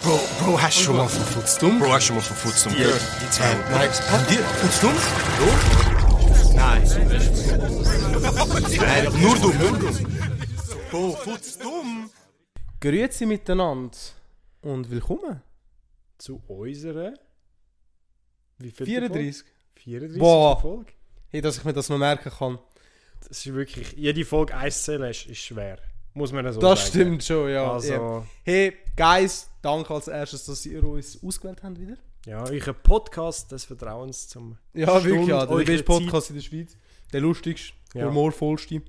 Bro, hast du schon mal von Futzdumm? Bro, hast du schon mal von Futztum gehört? Die zwei. Äh, nein. Haben die Futzdumm? Nein. Nein, doch nur dumm. Bro, Futzdumm? Grüezi miteinander und willkommen. zu unserer wie viel 34. Folge? 34. Boah. Folge. Hey, dass ich mir das noch merken kann. Das ist wirklich, jede Folge 1 zählen ist, ist schwer. Muss man so sagen. Das stimmt schon, ja. Also, ja. Hey, Guys, danke als erstes, dass ihr uns ausgewählt habt wieder. ja, ich ein Podcast des Vertrauens zum. Ja, Stunde wirklich, ja. Der eurer beste Podcast in der Schweiz. Der lustigste, Ja. humorvollste,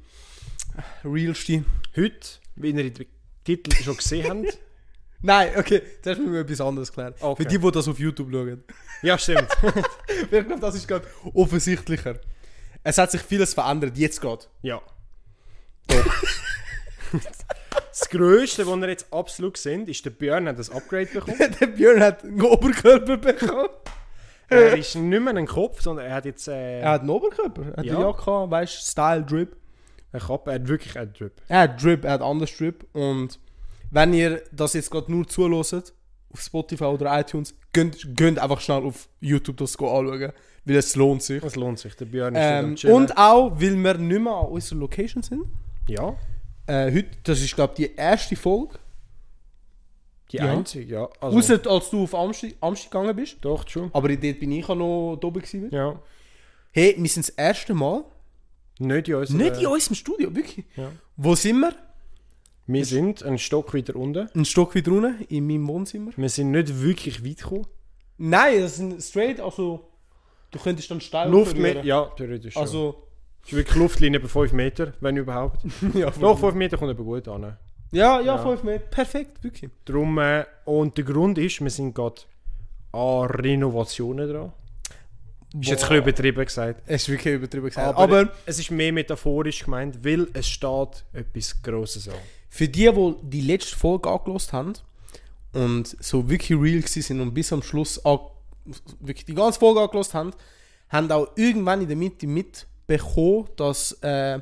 realste. Heute, wie ihr den Titel schon gesehen habt. Nein, okay, zuerst müssen wir etwas anderes klären. Okay. Für die, die das auf YouTube schauen. Ja, stimmt. ich glaube, das ist gerade offensichtlicher. Es hat sich vieles verändert, jetzt gerade. ja. Das Größte, was wir jetzt absolut sind, ist der Björn hat das Upgrade bekommen. der Björn hat einen Oberkörper bekommen. er ist nicht mehr ein Kopf, sondern er hat jetzt äh, Er hat einen Oberkörper, er hat Ja. eine Jacke, an, weißt du, Style, Drip. einen Kopf, er hat wirklich einen Drip. Er hat Drip, er hat anders Drip. Und wenn ihr das jetzt gerade nur zulässt, auf Spotify oder iTunes, gönnt, gönnt einfach schnell auf YouTube das go anschauen, weil es lohnt sich. Es lohnt sich, der Björn ist Ähm, wieder am Chillen. und auch, weil wir nicht mehr an unserer Location sind. Ja, Äh, heute, das ist glaube ich die erste Folge, die Ja. einzige, ja. Also, außer Ah. als du auf Amsti, Amsti gegangen bist. doch, schon. Aber dort bin ich auch noch da oben. Gewesen. Ja. Hey, wir sind das erste Mal Nicht in unserer... nicht in unserem Studio, wirklich. Ja. Wo sind wir? Wir sind einen Stock weiter unten. Ein Stock wieder unten, in meinem Wohnzimmer. Wir sind nicht wirklich weit gekommen. Nein, das sind straight, also du könntest dann steil Luft berühren. Ja, theoretisch schon. Also, Also, ist wirklich Luftlinie bei 5 Meter, wenn überhaupt. ja, Doch, 5 Meter kommt aber gut an. ja, ja, Ja. 5 Meter, perfekt, wirklich. Drum, äh, und der Grund ist, wir sind gerade an Renovationen dran. Ist jetzt ein bisschen übertrieben gesagt. Es ist wirklich übertrieben gesagt. Aber, Äh, Aber, es ist mehr metaphorisch gemeint, weil es steht etwas Grosses an. für die, die die letzte Folge angelost haben und so wirklich real gewesen sind und bis am Schluss an, wirklich die ganze Folge angelost haben, haben auch irgendwann in der Mitte mitbekommen, dass äh,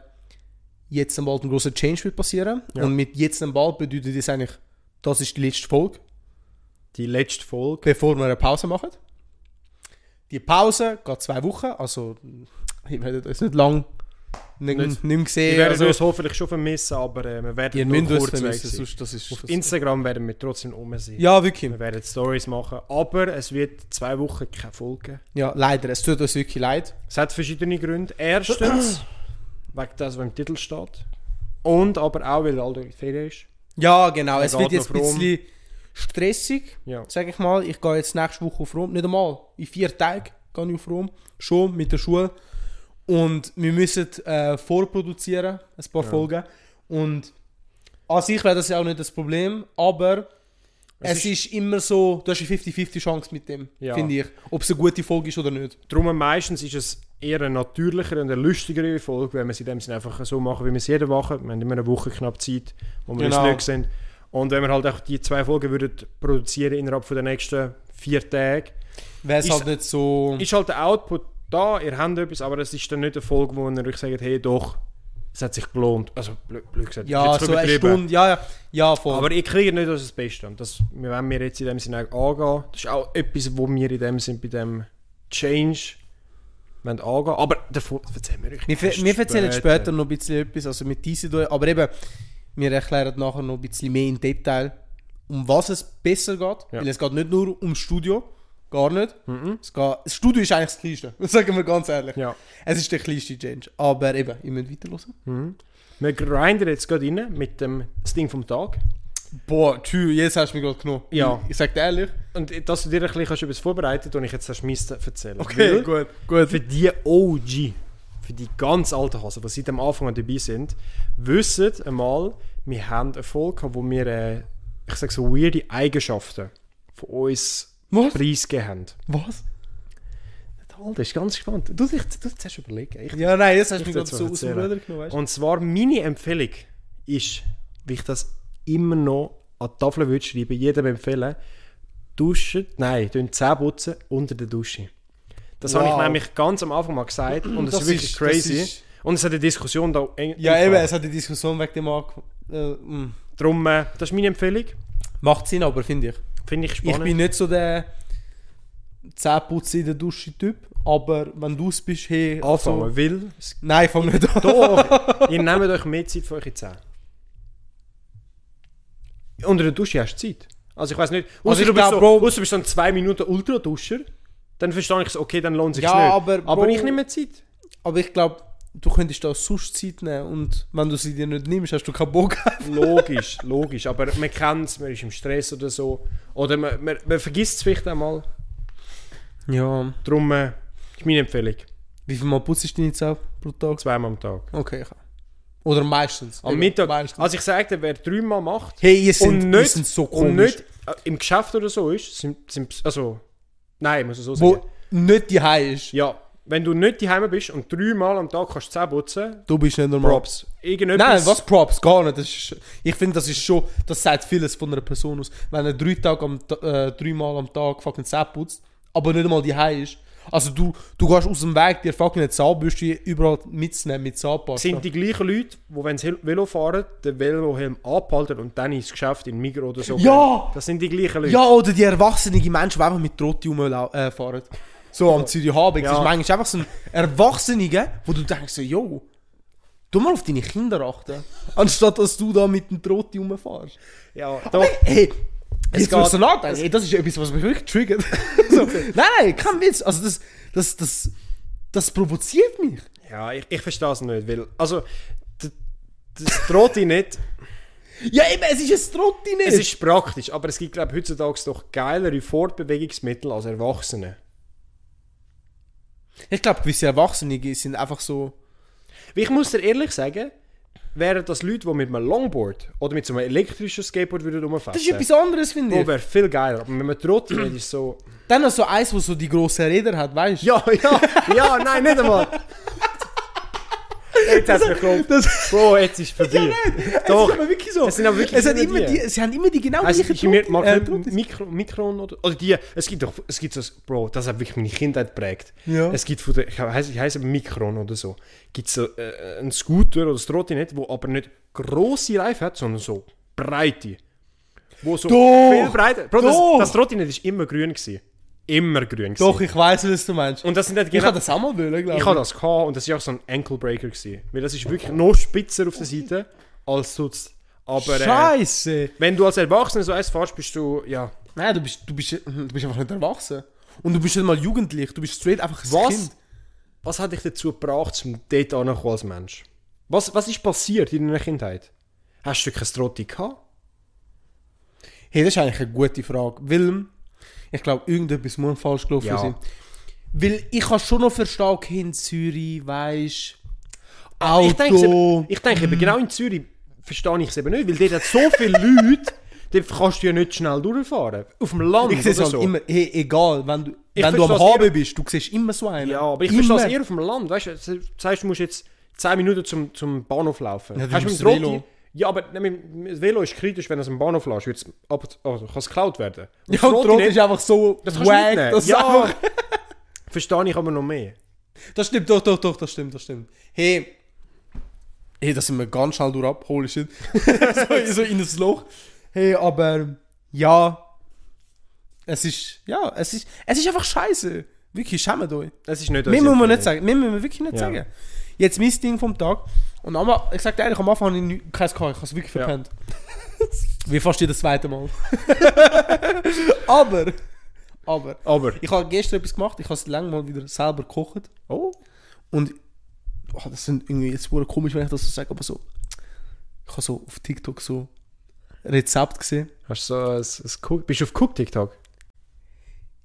jetzt einmal ein großer Change wird passieren. Und mit jetzt einmal bedeutet das eigentlich, das ist die letzte Folge. Die letzte Folge. bevor wir eine Pause machen. Die Pause geht zwei Wochen, also ihr werdet uns nicht lang nicht, nicht mehr Wir sehen. werden Also, uns hoffentlich schon vermissen, aber äh, wir werden ihr nur müsst uns kurz weg vermissen, sein. sonst das ist... Auf Das Instagram werden wir trotzdem um sein. ja, wirklich. Wir werden Stories machen, aber es wird zwei Wochen keine Folge geben. Ja, leider. Es tut uns wirklich leid. Es hat verschiedene Gründe. Erstens, wegen das, was im Titel steht. Und aber auch, weil alle in Ferien ist. Ja, genau. es geht wird jetzt ein nach Rom. bisschen stressig, Ja. sage ich mal. Ich gehe jetzt nächste Woche auf Rom. Nicht einmal. In vier Tagen gehe ich auf Rom. Schon mit der Schule. Und wir müssen äh, vorproduzieren, ein paar Folgen. Und an sich wäre das ja auch nicht das Problem, aber es, ist- ist, immer so, du hast eine 50-50 Chance mit dem, Ja. finde ich. Ob es eine gute Folge ist oder nicht. Darum meistens ist es eher eine natürlichere und eine lustigere Folge, wenn wir sie in dem Sinne einfach so machen, wie wir es jede Woche. Wir haben immer eine Woche knapp Zeit, wo wir Genau. uns nicht sehen. Und wenn wir halt auch die zwei Folgen würden produzieren innerhalb von den nächsten vier Tagen, Wäre es Ist- halt nicht so... ist halt der Output da, ihr habt etwas, aber es ist dann nicht eine Folge, wo ihr euch sagt, hey doch, es hat sich gelohnt. Also blöd, blöd gesagt, ja, ist jetzt so eine übertrieben. Stunde, ja, ja, ja, voll. Aber ich kriege nicht das Beste. Und das wir wollen wir jetzt in dem Sinne auch angehen. Das ist auch etwas, wo wir in dem Sinne bei dem Change wollen angehen Aber davor erzählen wir euch. Wir, ver- wir erzählen später noch ein bisschen etwas, also mit Isidor, aber eben, wir erklären nachher noch ein bisschen mehr im Detail, um was es besser geht, Ja. weil es geht nicht nur ums Studio, gar nicht. Es geht, das Studio ist eigentlich das Kleinste, das sagen wir ganz ehrlich. Ja. Es ist der kleinste Change, aber eben, ihr müsst weiterhören. Wir grinden jetzt gerade rein mit dem das Ding vom Tag. Boah, tschü, jetzt hast du mich gerade genommen. Ja. Ich, ich sag dir ehrlich. Und dass du dir ein bisschen kannst etwas vorbereitet und ich jetzt das Mist erzählen. Weil gut, gut. Für die OG, für die ganz alten Hasen, die seit dem Anfang an dabei sind, wissen einmal, wir haben eine Folge, gehabt, wo wir, äh, ich sage so, weirde Eigenschaften von uns Was? preisgegeben haben. Was? Alter, ist ganz spannend. Du dich du zuerst überlegen. Ich, Ja, nein, jetzt hast du Ich mich soll gerade es so aus dem erzählen. Ruder genommen, weißt du? Und zwar meine Empfehlung ist, wie ich das immer noch an die Tafel würde schreiben, jedem empfehlen, duschen, nein, tun Zähne putzen unter der Dusche. Das habe ich Wow. nämlich ganz am Anfang mal gesagt und es Das ist wirklich ist- das crazy. ist- und es hat eine Diskussion da eng. Ja, eben, es hat die Diskussion wegen dem angefangen. Äh, mm. Darum, äh, das ist meine Empfehlung. macht Sinn, aber finde ich. Finde ich Ich spannend. bin nicht so der Zähneputz in der Dusche Typ, aber wenn du es bist, hey, anfangen also- will. Es nein, fang nicht an. Doch! ihr nehmt euch mehr Zeit für eure Zähne. Unter der Dusche hast du Zeit. Also ich weiß nicht, ausser ich du, bist glaub, so, Bro- ausser du bist so ein 2 Minuten Ultraduscher, dann verstehe ich es, okay, dann lohnt es sich Ja, nicht. aber Bro- ich nehme mir Zeit. Aber ich glaube, du könntest da sonst Zeit nehmen und wenn du sie dir nicht nimmst, hast du keinen Bock. Logisch, logisch, aber man kennt es, man ist im Stress oder so. Oder man, man, man vergisst es vielleicht einmal. ja. Darum, äh, ist meine Empfehlung, Wie viel Mal putzt du deine Zähne pro Tag? zweimal am Tag. Okay, ich Oder meistens. Am Eben, Mittag, Meistens. also ich sage dir, wer dreimal macht, hey, ihr sind, und ihr nicht, sind so komisch. und nicht äh, im Geschäft oder so ist, sind, sind also nein, muss ich so sagen. wo nicht die Hause ist. Ja, wenn du nicht daheim bist und dreimal am Tag kannst Zähne putzen, Du bist nicht normal. Props. Irgendetwas. Nein, was Props? Gar nicht. Das ist, ich finde, das ist schon, das sagt vieles von einer Person aus. Wenn er drei Tage am, Ta- äh, dreimal am Tag fucking Zähne putzt, aber nicht einmal die Hause ist. Also du, du gehst aus dem Weg, dir fucking eine Zahnbürste überall mitzunehmen mit Zahnpasta. Sind die gleichen Leute, die, wenn sie Hel- Velo fahren, den Velohelm abhalten und dann ins Geschäft, in Migros oder so Ja! gehen. Das sind die gleichen Leute. Ja, oder die erwachsenen Menschen, die einfach mit Trotti rumfahren. So am Zürich Habeck. Das Ja. ist manchmal einfach so ein Erwachsener, wo du denkst, so, yo, du mal auf deine Kinder achten. Anstatt dass du da mit dem Trotti rumfährst. Ja, Aber, doch. hey, jetzt geht- wirst du nachdenken. Hey, das ist etwas, was mich wirklich triggert. so, nein, nein, kein Witz. Also das, das, das, das provoziert mich. ja ich, ich verstehe es nicht, weil, also, d- das droht dich nicht. Ja, eben, es ist ein Trotti nicht. Es ist praktisch, aber es gibt, glaube ich, heutzutage doch geilere Fortbewegungsmittel als Erwachsene. ich glaube, gewisse Erwachsene sind einfach so... Weil Ich muss dir ehrlich sagen, wären das Leute, die mit einem Longboard oder mit so einem elektrischen Skateboard würden rumfassen. Das ist etwas anderes, finde ich. wäre viel geiler. Aber wenn man Trotti redet, ist so... Dann noch so eins, wo so die grossen Räder hat, weißt du? Ja, ja, ja, nein, nicht einmal. Jetzt hat es geklopft. Bro, jetzt ist es vorbei. Doch. Es ist Doch. aber wirklich so. Es sind aber wirklich es hat immer immer die. die. Sie haben immer die genau Also, gleichen ich mir mag Trotti- äh, nicht Trottis. Mikro, Mikron oder, oder die, eh, es gibt doch, es gibt so, Bro, das hat wirklich meine Kindheit geprägt. Ja. Es gibt von der, ich heiße, ich heiße Mikron oder so, gibt so äh, einen Scooter oder Strotti nicht, wo aber nicht grosse Reifen hat, sondern so breite. Wo so Doch. viel breiter, Bro, Doch. das, das Strotti nicht ist immer grün gewesen. Immer grün gewesen. Doch, ich weiß, was du meinst. Und das sind nicht ich genau, habe das auch mal wollen, glaube ich hatte das gehabt und das war auch so ein Ankle Breaker. Gewesen, weil das ist wirklich noch spitzer auf der Seite als sonst. Aber äh, Scheiße. wenn du als Erwachsener so eins fährst, bist du, ja. Nein, du bist, du, bist, du bist einfach nicht erwachsen. Und du bist nicht mal jugendlich. Du bist straight einfach ein Was, Kind. was hat dich dazu gebracht, zum dort anzukommen als Mensch? Was, was ist passiert in deiner Kindheit? Hast du kein Trotti gehabt? Hey, das ist eigentlich eine gute Frage. Weil, ich glaube, irgendetwas muss falsch gelaufen Ja. sein. Weil ich kann schon noch verstehen, okay, in Zürich, weißt Auto. Ah, Ich denke, es eben- ich denke eben, genau in Zürich verstehe ich es eben nicht, weil dort hat so viele Leute, dort kannst du ja nicht schnell durchfahren. Auf dem Land Ich sehe es oder halt so. immer, hey, egal, wenn du, Ich wenn du am verstehe es eher- Haben bist, du siehst immer so einen. Ja, aber ich immer. verstehe es eher auf dem Land. Weißt du, das heißt, du musst jetzt 10 Minuten zum, zum Bahnhof laufen. Ja, du Hast du mit nimmst dem das Trotti? Velo. Ja, aber nein, mit- mit- das Velo ist kritisch, wenn du es am Bahnhof lässt. Wird's ab, also, kann es geklaut werden. Und Ja, und Trot nicht. ist einfach so Das kannst du nicht das, nehmen. Ja, verstehe ich aber noch mehr. das stimmt, doch, doch, doch, das stimmt, das stimmt. Hey, hey das sind wir ganz schnell durch ab, holy shit. so, so in das Loch. Hey, aber ja, es ist, ja, es ist, es ist einfach scheiße. Wirklich, schämt euch. Es ist nicht Mehr unsere muss man Empfehlung. nicht sagen, mehr müssen wir wirklich nicht Ja. sagen. Jetzt mein Ding vom Tag. Und am, Anfang- ich sagte ehrlich, am Anfang habe ich nie- keins gehabt, ich habe es wirklich Ja. verpennt. Wie fast jedes zweite Mal. aber, aber, Aber. Ich habe gestern etwas gemacht, ich habe es lange mal wieder selber gekocht. Oh. Und oh, das sind irgendwie jetzt wurde komisch, wenn ich das so sage, aber so. Ich habe so auf TikTok so Rezept gesehen. Hast du so ein, ein Cook Bist du auf Cook TikTok?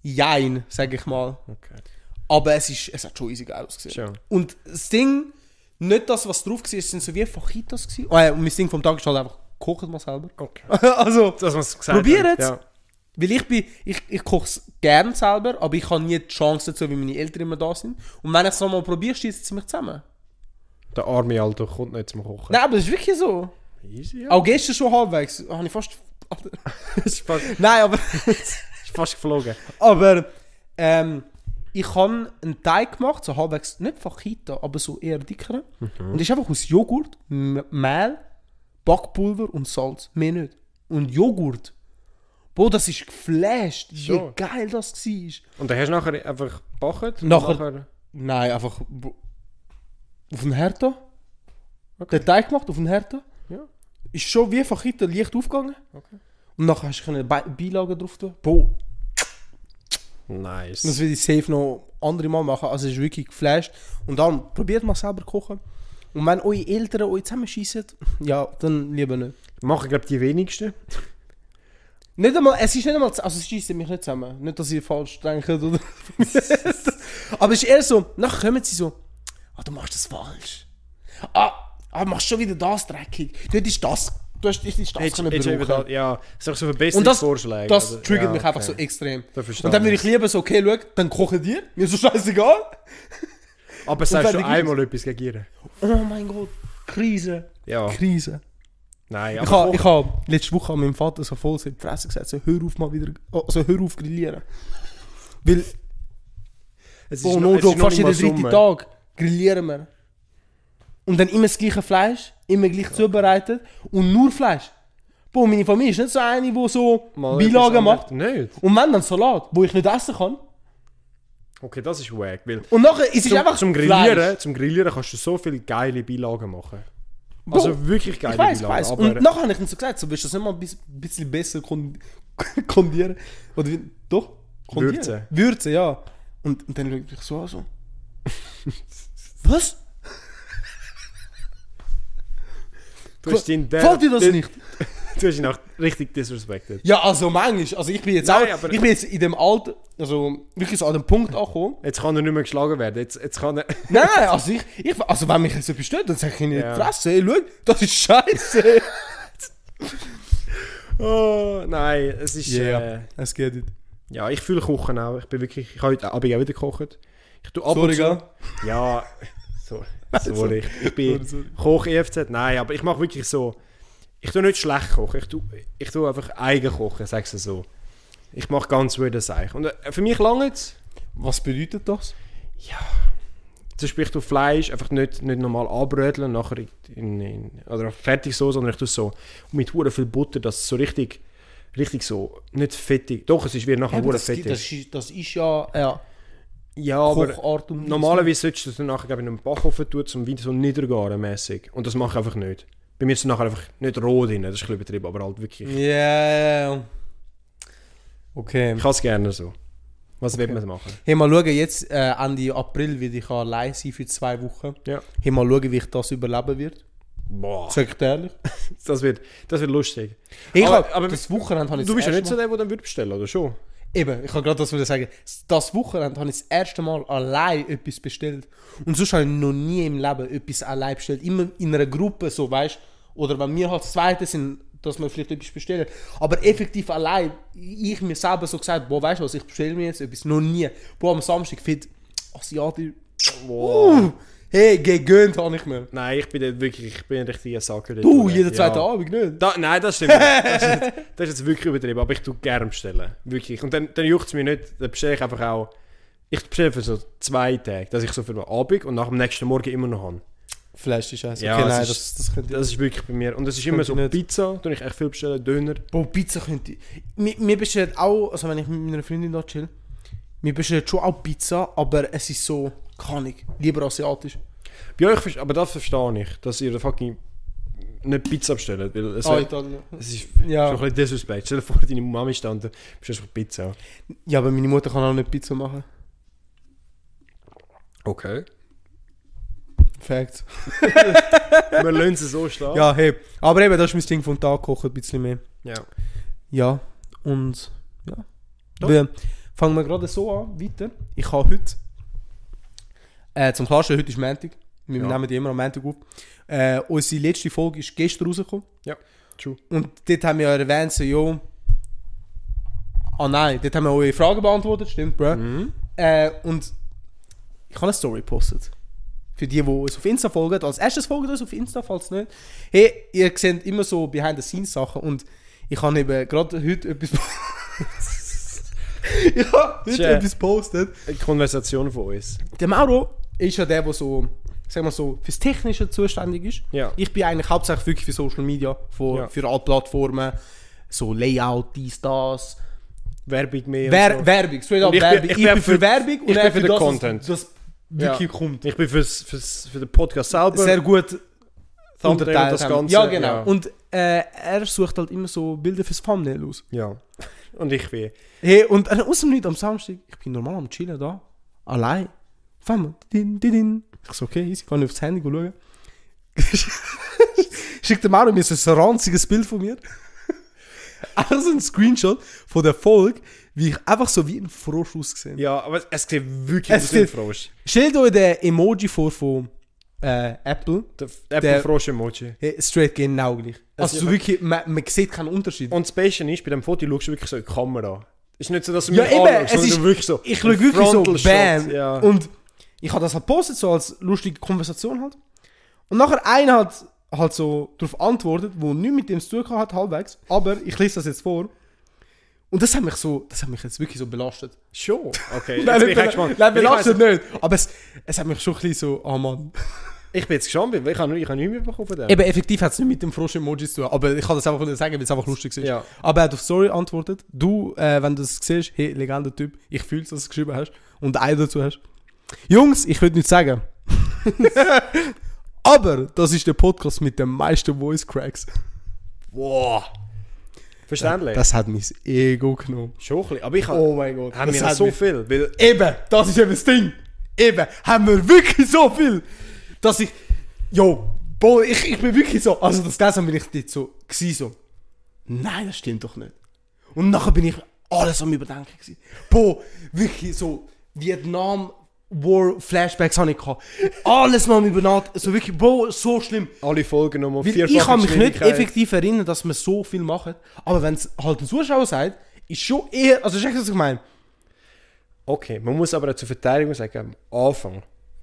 Jein, sage ich mal. Okay. Aber es, ist, es hat schon easy geil ausgesehen. Schon. Und das Ding, nicht das, was drauf war, es sind so wie Fajitas. Gewesen. Oh, ja, und mein Ding vom Tag ist halt einfach, kocht mal selber. Okay. also, Dass man es gesagt Probiert's. hat. Ja. Weil ich bin, ich, ich koche es gerne selber, aber ich habe nie die Chance dazu, weil meine Eltern immer da sind. Und wenn ich es nochmal probiere, schießt es mich zusammen. Der arme Alter kommt nicht zum Kochen. Nein, aber es ist wirklich so. Easy, ja. Auch gestern schon halbwegs. Ah, Habe ich fast... ist, fast, Nein, aber... ist fast geflogen. aber ähm, ich habe einen Teig gemacht, so halbwegs, nicht Fajita, aber so eher dickeren. Mhm. Und ist einfach aus Joghurt, M- Mehl, Backpulver und Salz. Mehr nicht. Und Joghurt. Boah, das ist geflasht, wie Schon. geil das war. Und dann hast du nachher einfach gebacken? und Nachher- Nein, einfach bo- auf den Herd. da. Den Teig gemacht, auf den Herd. da. Ja. Ist schon wie von Kitten leicht aufgegangen. Okay. Und nachher hast du können Be Beilagen drauf tun. Boah, Nice. das will ich safe noch andere Mal machen. Also es ist wirklich geflasht. Und dann probiert mal selber kochen. Und wenn eure Eltern euch zusammenschießen, ja, dann lieber nicht. Machen, glaube ich, die wenigsten. Nicht einmal, es ist nicht einmal, also es schießt mich nicht zusammen. Nicht, dass ihr falsch denkt oder. aber es ist eher so, nachher kommen sie so, ah, du machst das falsch. Ah, ah machst schon wieder das dreckig. Dort ist das, du hast, ist das Hättest- können hättest du eben brauchen. da- Ja, das ist so Und das, Verbesserungsvorschläge. das Also, triggert dus- ja, mich einfach okay. so extrem. Da verstehe Und dann würde ich. ich lieber so, okay, schau, dann kochen die, mir ist so scheißegal. Aber sagst du fertig ist- einmal etwas gegen ihr? Oh mein Gott, Krise. Ja. Krise. Nein, Ich habe ich ha letzte Woche an meinem Vater so voll in die Fresse gesagt, so hör auf mal wieder, also hör auf grillieren. Weil es Oh noch- no, es Joke, noch fast nicht mal jeden dritten Sommer. Tag grillieren wir. Und dann immer das gleiche Fleisch, immer gleich zubereitet und nur Fleisch. Boah, meine Familie ist nicht so eine, die so Mal Beilagen etwas macht. anderes. Nicht. Und wenn dann Salat, wo ich nicht essen kann. Okay, das ist wack, weil Und nachher ist es zum, einfach zum, Fleisch. Grillieren, zum Grillieren kannst du so viele geile Beilagen machen. Also Boah, wirklich geile Ich weiß, ich Beilagen. weiß. aber Und nachher habe ich ihm so gesagt, so willst du das nicht mal ein bis- bisschen besser kon kondieren? Oder wie, doch? Kondieren. Würzen. Würzen, ja. Und, und dann schaut ich so an, so. Was? du hast ihn der- Fällt dir das der- nicht? Du hast ihn auch richtig disrespected. Ja, also manchmal. Also ich bin jetzt Nein, auch, aber- ich bin jetzt in dem Alter, also wirklich so an dem Punkt angekommen. Jetzt kann er nicht mehr geschlagen werden. Jetzt, jetzt kann er... Nein, nein, also ich, ich also wenn mich jetzt etwas stört, dann sage ich in die Ja. Fresse, ey, schau, das ist scheiße. Oh, nein, es ist... Äh, es geht nicht. ja, ich fühle Kochen auch. Ich bin wirklich... Ich habe heute Abend auch wieder gekocht. Ich tue ab und Sorry, zu- gell? Ja, so, sorry. Ich bin Koch EFZ. Nein, aber ich mache wirklich so. Ich tue nicht schlecht kochen. Ich tue, ich tue einfach eigen kochen, sagst du so. Ich mache ganz würde Seich. Und äh, für mich lange es. Was bedeutet das? Zum Beispiel, ich tue Fleisch einfach nicht, nicht normal anbröteln, nachher in, in, in oder fertig so, sondern ich tue es so mit hure viel Butter, dass es so richtig, richtig so, nicht fettig. Doch, es ist wieder nachher Aber hure das, fettig. das, ist, das ist ja, ja ja, aber Kochart und Normalerweise solltest du es dann nachher glaub ich, in einem Backofen tun, um wieder so niedergarenmässig. Und das mache ich einfach nicht. Bei mir ist es nachher einfach nicht roh drin, das ist ein bisschen übertrieben, aber halt wirklich. Ja, ja, ja. Okay. Ich kann es gerne so. Was will man machen? Hey, mal schauen, jetzt äh, Ende April werde ich allein sein für zwei Wochen. Ja. Hey, mal schauen, wie ich das überleben wird. Boah, Sag ich dir ehrlich. das wird, das wird lustig. Hey, ich Aber- hab, aber- das Wochenende habe ich Du das bist ja erste nicht so der, der dann würde bestellen, oder schon? Eben, ich kann gerade das wieder sagen. Das Wochenende habe ich das erste Mal allein etwas bestellt. Und sonst habe ich noch nie im Leben etwas allein bestellt. Immer in einer Gruppe, so weißt Oder wenn wir halt das Zweite sind, dass wir vielleicht etwas bestellen. Aber effektiv allein, ich mir selber so gesagt, boah, weißt du was, ich bestelle mir jetzt etwas. Noch nie. Boah, am Samstag fit Asiatisch. Uh, hey, gegönnt habe ich mir. Nein, ich bin dort wirklich, ich bin ein richtiger Sacker. dort Du, drin. jeden zweiten ja. Abend, nicht? Da, nein, das stimmt nicht. Das ist, jetzt, das ist jetzt wirklich übertrieben, aber ich tue gerne bestellen. Wirklich. Und dann, dann juckt es mich nicht, dann bestelle ich einfach auch. Ich bestelle für so zwei Tage, dass ich so für den Abend und nach dem nächsten Morgen immer noch habe. Fleisch ist scheiße. Ja, okay, es nein, ist- das, das könnte Das ist wirklich bei mir. Und es ist immer so Könnte ich Pizza, tue ich echt viel bestellen, Döner. Boah, Pizza könnte ich. Mir, mir bestellt auch, also wenn ich mit meiner Freundin da chill, mir bestellt schon auch Pizza, aber es ist so, kann ich, lieber asiatisch. Bei euch, ver- aber das verstehe ich, dass ihr fucking nicht Pizza bestellt, weil es, Ah, Italien. es ist Ja. schon ein bisschen disrespect. Stell dir vor, deine Mama ist da und du bestellst einfach Pizza. Ja, aber meine Mutter kann auch nicht Pizza machen. Okay. Fact. Wir lassen es so stehen. Ja, hey. Aber eben, das ist mein Ding vom Tag kochen, ein bisschen mehr. ja. Ja, und ja. Doch. Wir fangen wir gerade so an, weiter. Ich habe heute, äh, zum Klarstellen, heute ist Montag. Wir Ja. nehmen die immer am Montag auf. Äh, unsere letzte Folge ist gestern rausgekommen. Ja. True. Und dort haben wir ja erwähnt, so, jo. Ah nein, dort haben wir eure Fragen beantwortet, stimmt, bro. Äh, und ich habe eine Story gepostet. Für die, die uns auf Insta folgen. Als erstes folgt uns auf Insta, falls nicht. Hey, ihr seht immer so Behind-the-Scenes-Sachen und ich habe eben gerade heute etwas... ich habe heute Tja. etwas gepostet. Eine Konversation von uns. Der Mauro ist ja der, der so, sagen wir so, fürs Technische zuständig ist. Ja. Ich bin eigentlich hauptsächlich wirklich für Social Media, für, Ja. für alle Plattformen, so Layout, dies, das. Werbung mehr. und Wer so. Werbung, straight up Und ich bin- Werbung. ich bin für- Werbung ich bin er für den das, was- Content. Das Ja. wirklich kommt. Ich bin fürs, fürs, für den Podcast selber. Sehr gut Thumbnail und unterteilt das haben. Ganze. Ja, genau. Ja. Und äh, er sucht halt immer so Bilder fürs Thumbnail aus. ja. Und ich bin. Hey, und äh, aus dem Nichts am Samstag, ich bin normal am Chillen da, allein. Fam, din, din, din. Ich so, okay, easy, kann ich aufs Handy schauen. Schickt der Mario mir so ein ranziges Bild von mir. Also ein Screenshot von der Folge, wie ich einfach so wie ein Frosch ausgesehen Ja, aber es sieht wirklich Es aus wie ein sieht- Frosch. Stellt euch den Emoji vor von äh, Apple. Der F- Der- Apple Frosch Emoji. Hey, straight genau gleich. Also so wirklich, man, man sieht keinen Unterschied. Und das Beste ist, bei dem Foto schaust du wirklich so in die Kamera. Ist nicht so, dass du Ja, mich eben, anschaust, es sondern ist- du wirklich so. ich schaue wirklich so, Frontal Shot, bam. Ja. Und ich habe das halt gepostet, so als lustige Konversation halt. Und nachher einer hat halt so darauf antwortet, wo nichts mit dem zu tun hat, halbwegs. Aber ich lese das jetzt vor. Und das hat mich so, das hat mich jetzt wirklich so belastet. Schon. Okay. Nein, jetzt nicht bin ich echt bela- nein, gespannt. Weil ich belastet weiss- nicht. Aber es, es hat mich schon ein bisschen so, ah Mann. Ich bin jetzt gespannt, weil ich habe, ich habe nichts mehr bekommen von dem. Eben, effektiv hat es nicht mit dem frosch Emoji zu tun, aber ich kann das einfach nicht sagen, weil es einfach lustig ist. Ja. Aber er hat auf Story antwortet, du, äh, wenn du das siehst, hey, legender Typ, ich fühl's, dass du es geschrieben hast und ein dazu hast. Jungs, ich würde nichts sagen. aber das ist der Podcast mit den meisten Voice Cracks. Wow. Verständlich. Das hat mein Ego genommen. Schon ein bisschen. Aber ich habe, Oh mein Gott. haben das wir hat so mich- viel. Weil Eben, das ist eben das Ding. Eben, haben wir wirklich so viel, dass ich. Jo, boah, ich, ich bin wirklich so. Also, das Ganze bin ich dort so. Gewesen, so. Nein, das stimmt doch nicht. Und nachher bin ich alles am Überdenken. Gewesen. Boah, wirklich so. Vietnam War Flashbacks habe ich gehabt. Alles mal am Überdenken. So wirklich, boah, so schlimm. alle Folgen nochmal Weil vier ich kann mich nicht effektiv erinnern, dass wir so viel machen. Aber wenn es halt ein Zuschauer sagt, ist schon eher. Also, checkst du, was ich meine? Okay, man muss aber auch zur Verteidigung sagen, am Anfang,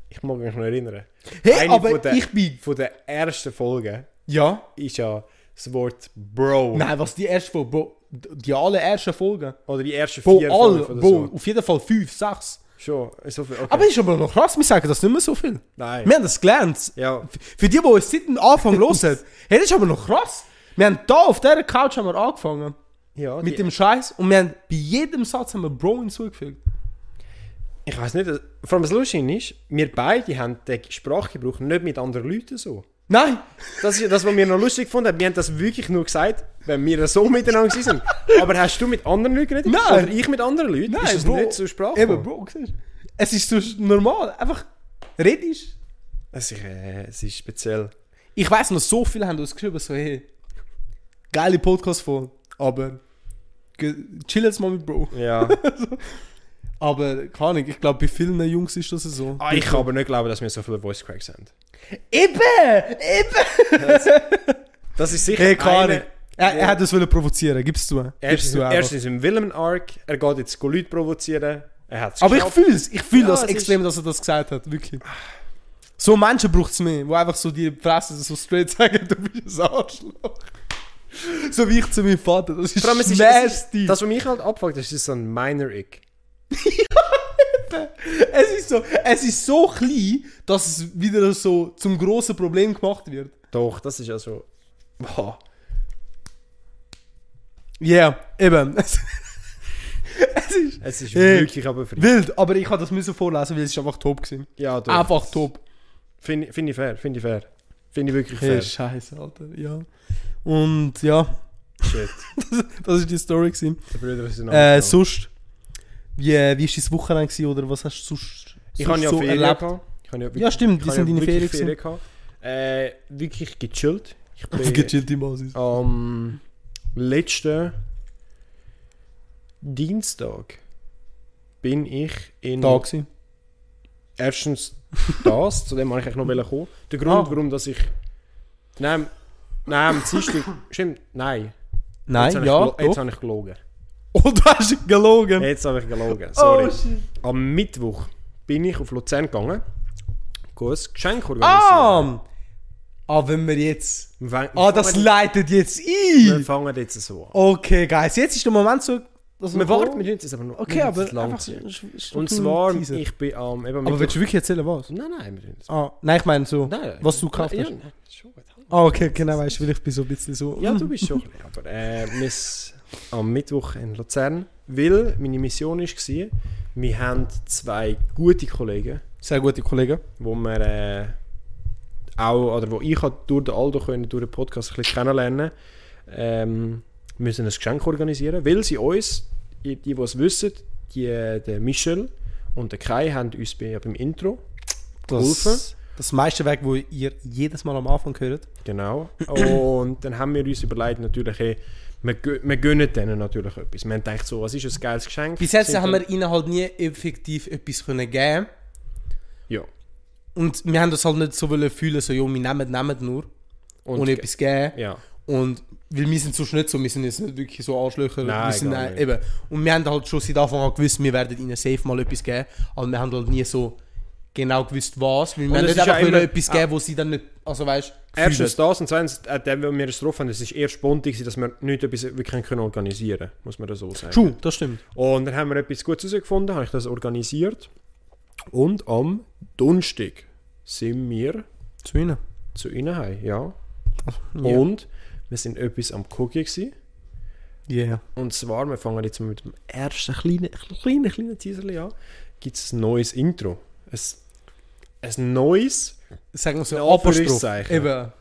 ich mag mich noch erinnern. Hey, eine aber von der, ich bin- Von der ersten Folge Ja. ist ja das Wort Bro. Nein, was die erste Folge, Bro, die allerersten Folgen. Oder die ersten Bro, vier all, Folgen oder Bro, so. auf jeden Fall fünf, sechs. Schon, so viel. Okay. Aber ist aber noch krass, wir sagen das nicht mehr so viel. Nein. Wir haben das gelernt. Ja. F- Für die, die uns seit dem Anfang hören, hey, das ist aber noch krass. Wir haben da auf dieser Couch haben wir angefangen. ja, Mit die- dem Scheiß und wir haben bei jedem Satz haben wir Bro hinzugefügt. Ich weiß nicht, vor allem das Lustige ist, wir beide haben den Sprachgebrauch nicht mit anderen Leuten so. Nein! Das ist ja das, was wir noch lustig gefunden haben. Wir haben das wirklich nur gesagt, wenn wir so miteinander gewesen sind. Aber hast du mit anderen Leuten geredet? Nein. Oder ich mit anderen Leuten? Nein, ist das Bro. nicht so Sprache? Eben, Bro, siehst du. Es ist so normal, einfach redest. Es ist, äh, es ist speziell. Ich weiß noch, so viele haben uns geschrieben, so, hey, geile Podcast-Folge, aber ge- chill jetzt mal mit Bro. Ja. Aber keine Ahnung, ich glaube, bei vielen Jungs ist das so. Ah, ich kann aber nicht glauben, dass wir so viele Voice Cracks haben. Eben! Eben! Das ist sicher Hey, keine Ahnung. einer- Er, er hat uns wollen provozieren, gib's zu. Gib's Erstens, zu einfach. erstens im Willem Arc. Er geht jetzt Leute provozieren. Er hat es Aber ich fühle es, ich fühle Ja, das es ist- extrem, dass er das gesagt hat, wirklich. So Menschen braucht es mehr, die einfach so die Fresse so straight sagen, du bist ein Arschloch. So wie ich zu meinem Vater, das ist Vor allem, es ist, es nasty. ist, das, was mich halt abfuckt, das ist so ein Minor-Ick. Es ist so, es ist so klein, dass es wieder so zum grossen Problem gemacht wird. Doch, das ist ja so. Boah. Ja, eben. Es, es ist Es ist Äh, wirklich aber frei. wild, aber ich habe das müssen vorlesen, weil es ist einfach top gewesen. Ja, doch. Einfach top. Finde finde ich fair, finde ich fair. Finde ich wirklich fair. Hey, scheiße, Alter. Ja. Und ja, Shit. das ist die Story gewesen. Der Bruder ist in Äh, Ordnung. sonst, wie, äh, wie ist dein Wochenende gewesen, oder was hast du sonst, Ich sonst habe ja so Ferien erlebt? gehabt. Ich habe wirklich- Ja, stimmt, ich die habe sind in den wirklich Ferien gewesen. gehabt. Äh, wirklich gechillt. Ich Auf gechillte Basis. am letzten Dienstag bin ich in Da gewesen. erstens das, zu dem wollte ich eigentlich noch kommen. Der Grund, Ah. warum dass ich... Nein, nein, am Dienstag... Stimmt, nein. jetzt Nein, habe ja, ich, gelo- jetzt doch. habe ich gelogen. Oh, du hast gelogen. Jetzt habe ich gelogen, sorry. oh, shit. Am Mittwoch bin ich auf Luzern gegangen. Gutes Geschenk organisieren. Ah! Ah, wenn wir jetzt. Wir fang- Ah, das wir fangen- leitet jetzt Wir ein! fangen jetzt so an. Okay, guys, jetzt ist der Moment so. Dass Wir warten, wir tun es aber noch. Okay, wir aber. müssen es lang einfach- ziehen. sch- sch- Und sch- zwar, Teaser. ich bin am... eben am Aber Mittwoch- willst du wirklich erzählen, was? Nein, nein, wir tun es. Ah, nein, ich meine so. Nein, was du gekauft ja, hast. nein, schon gut. Ah, okay, genau, weißt du, weil ich bin so ein bisschen so. Ja, du bist schon. ein bisschen, Aber äh, wir s- am Mittwoch in Luzern, weil meine Mission war, wir haben zwei gute Kollegen, Sehr gute Kollegen. wo wir äh, auch, oder wo ich hab durch den Aldo können, durch den Podcast ein bisschen kennenlernen ähm, müssen ein Geschenk organisieren, weil sie uns, die, die die es wissen, die, äh, der Michel und der Kai haben uns bei, beim Intro geholfen. Das, das meiste Weg, wo ihr jedes Mal am Anfang hört. Genau. Und dann haben wir uns überlegt, natürlich, hey, wir, gö- wir gönnen denen natürlich etwas. Wir haben gedacht, so, was ist ein geiles Geschenk? Bis jetzt Sind haben dann- wir ihnen halt nie effektiv etwas können geben Ja. Und wir haben das halt nicht so wollen fühlen, so, jo, wir nehmen, nehmen nur. Und ohne etwas geben. Ja. Und weil wir sind sonst nicht so, wir sind jetzt nicht wirklich so Arschlöcher. Nein, wir sind gar äh, nicht. eben. Und wir haben halt schon seit Anfang an gewusst, wir werden ihnen safe mal etwas geben. Aber wir haben halt nie so genau gewusst, was. Weil wir haben es nicht ist einfach ja wollen immer- Ah. etwas geben, wo sie dann nicht, also weißt Erstens das und zweitens, äh, der, wo wir es getroffen haben, es war eher spontan, gewesen, dass wir nicht etwas wirklich können organisieren können, muss man das so sagen. True, das stimmt. Und dann haben wir etwas Gutes herausgefunden, habe ich das organisiert. Und am Donnerstag sind wir Zu ihnen. zu ihnen Oh, heim, ja. Ja. Und wir sind etwas am Gucken gewesen. Yeah. Und zwar, wir fangen jetzt mal mit dem ersten kleinen, kleinen, kleinen Teaserli an. Gibt es ein neues Intro? Ein, ein neues. Sagen wir so, In Apostroph. Anführungszeichen. Eben.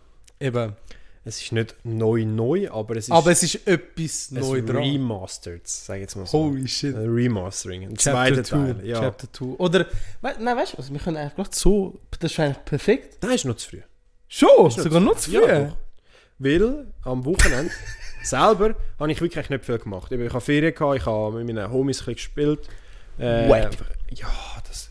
Eben. Es ist nicht neu, neu, aber es ist Aber es ist etwas ein neu dran. Remastered, sage ich jetzt mal so. Holy shit. Ein Äh, Remastering, ein Chapter zweiter 2. Teil. Ja. Chapter 2. Oder, we nein, weißt du was, wir können eigentlich gerade so, das ist eigentlich perfekt. Nein, ist noch zu früh. Schon, sogar noch zu früh. doch. Weil am Wochenende selber habe ich wirklich nicht viel gemacht. Eben, Ich habe Ferien, gehabt, ich habe mit meinen Homies ein bisschen gespielt. Äh, Wack. Ja, das...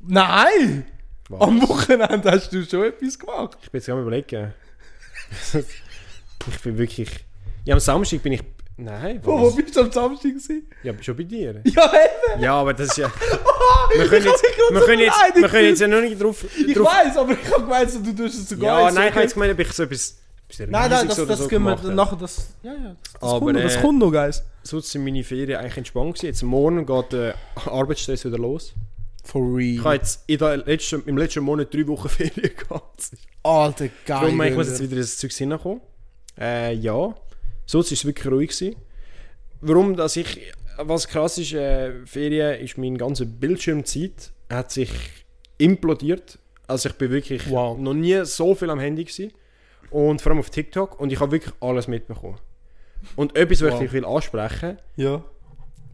Nein! Was? Am Wochenende hast du schon etwas gemacht. Ich bin jetzt gerade am überlegen. ich bin wirklich. Ja, am Samstag bin ich. Nein, Wo, wo was? bist du am Samstag? Gewesen? Ja, schon bei dir. Ja, eben! Ja, aber das ist ja. Wir können Oh, hab jetzt, mich gerade wir so können jetzt, wir beleidigt können jetzt ja noch nicht drauf. Ich drauf weiß, aber ich habe gemeint, so, du tust es sogar. ja, jetzt, nein, ich habe okay. jetzt gemeint, ob ich so etwas. etwas Nein, nein, Riesiges das, oder das so können wir gemacht habe. nachher. Das, ja, ja, das, das, Aber, kommt, noch, das äh, kommt noch, Guys. Sonst sind meine Ferien eigentlich entspannt gewesen. Jetzt morgen geht der Arbeitsstress wieder los. For Ich habe real. jetzt in der letzten, im letzten Monat drei Wochen Ferien gehabt. Alter, geil. Darum, ich muss jetzt wieder ins Zeug hineinkommen. Äh, ja. Sonst war es wirklich ruhig. Gewesen. Warum, dass ich... Was krass ist, äh, Ferien ist meine ganze Bildschirmzeit hat sich implodiert. Also ich bin wirklich Wow. noch nie so viel am Handy gewesen. Und vor allem auf TikTok. Und ich habe wirklich alles mitbekommen. Und etwas, was Wow. ich will ansprechen Ja.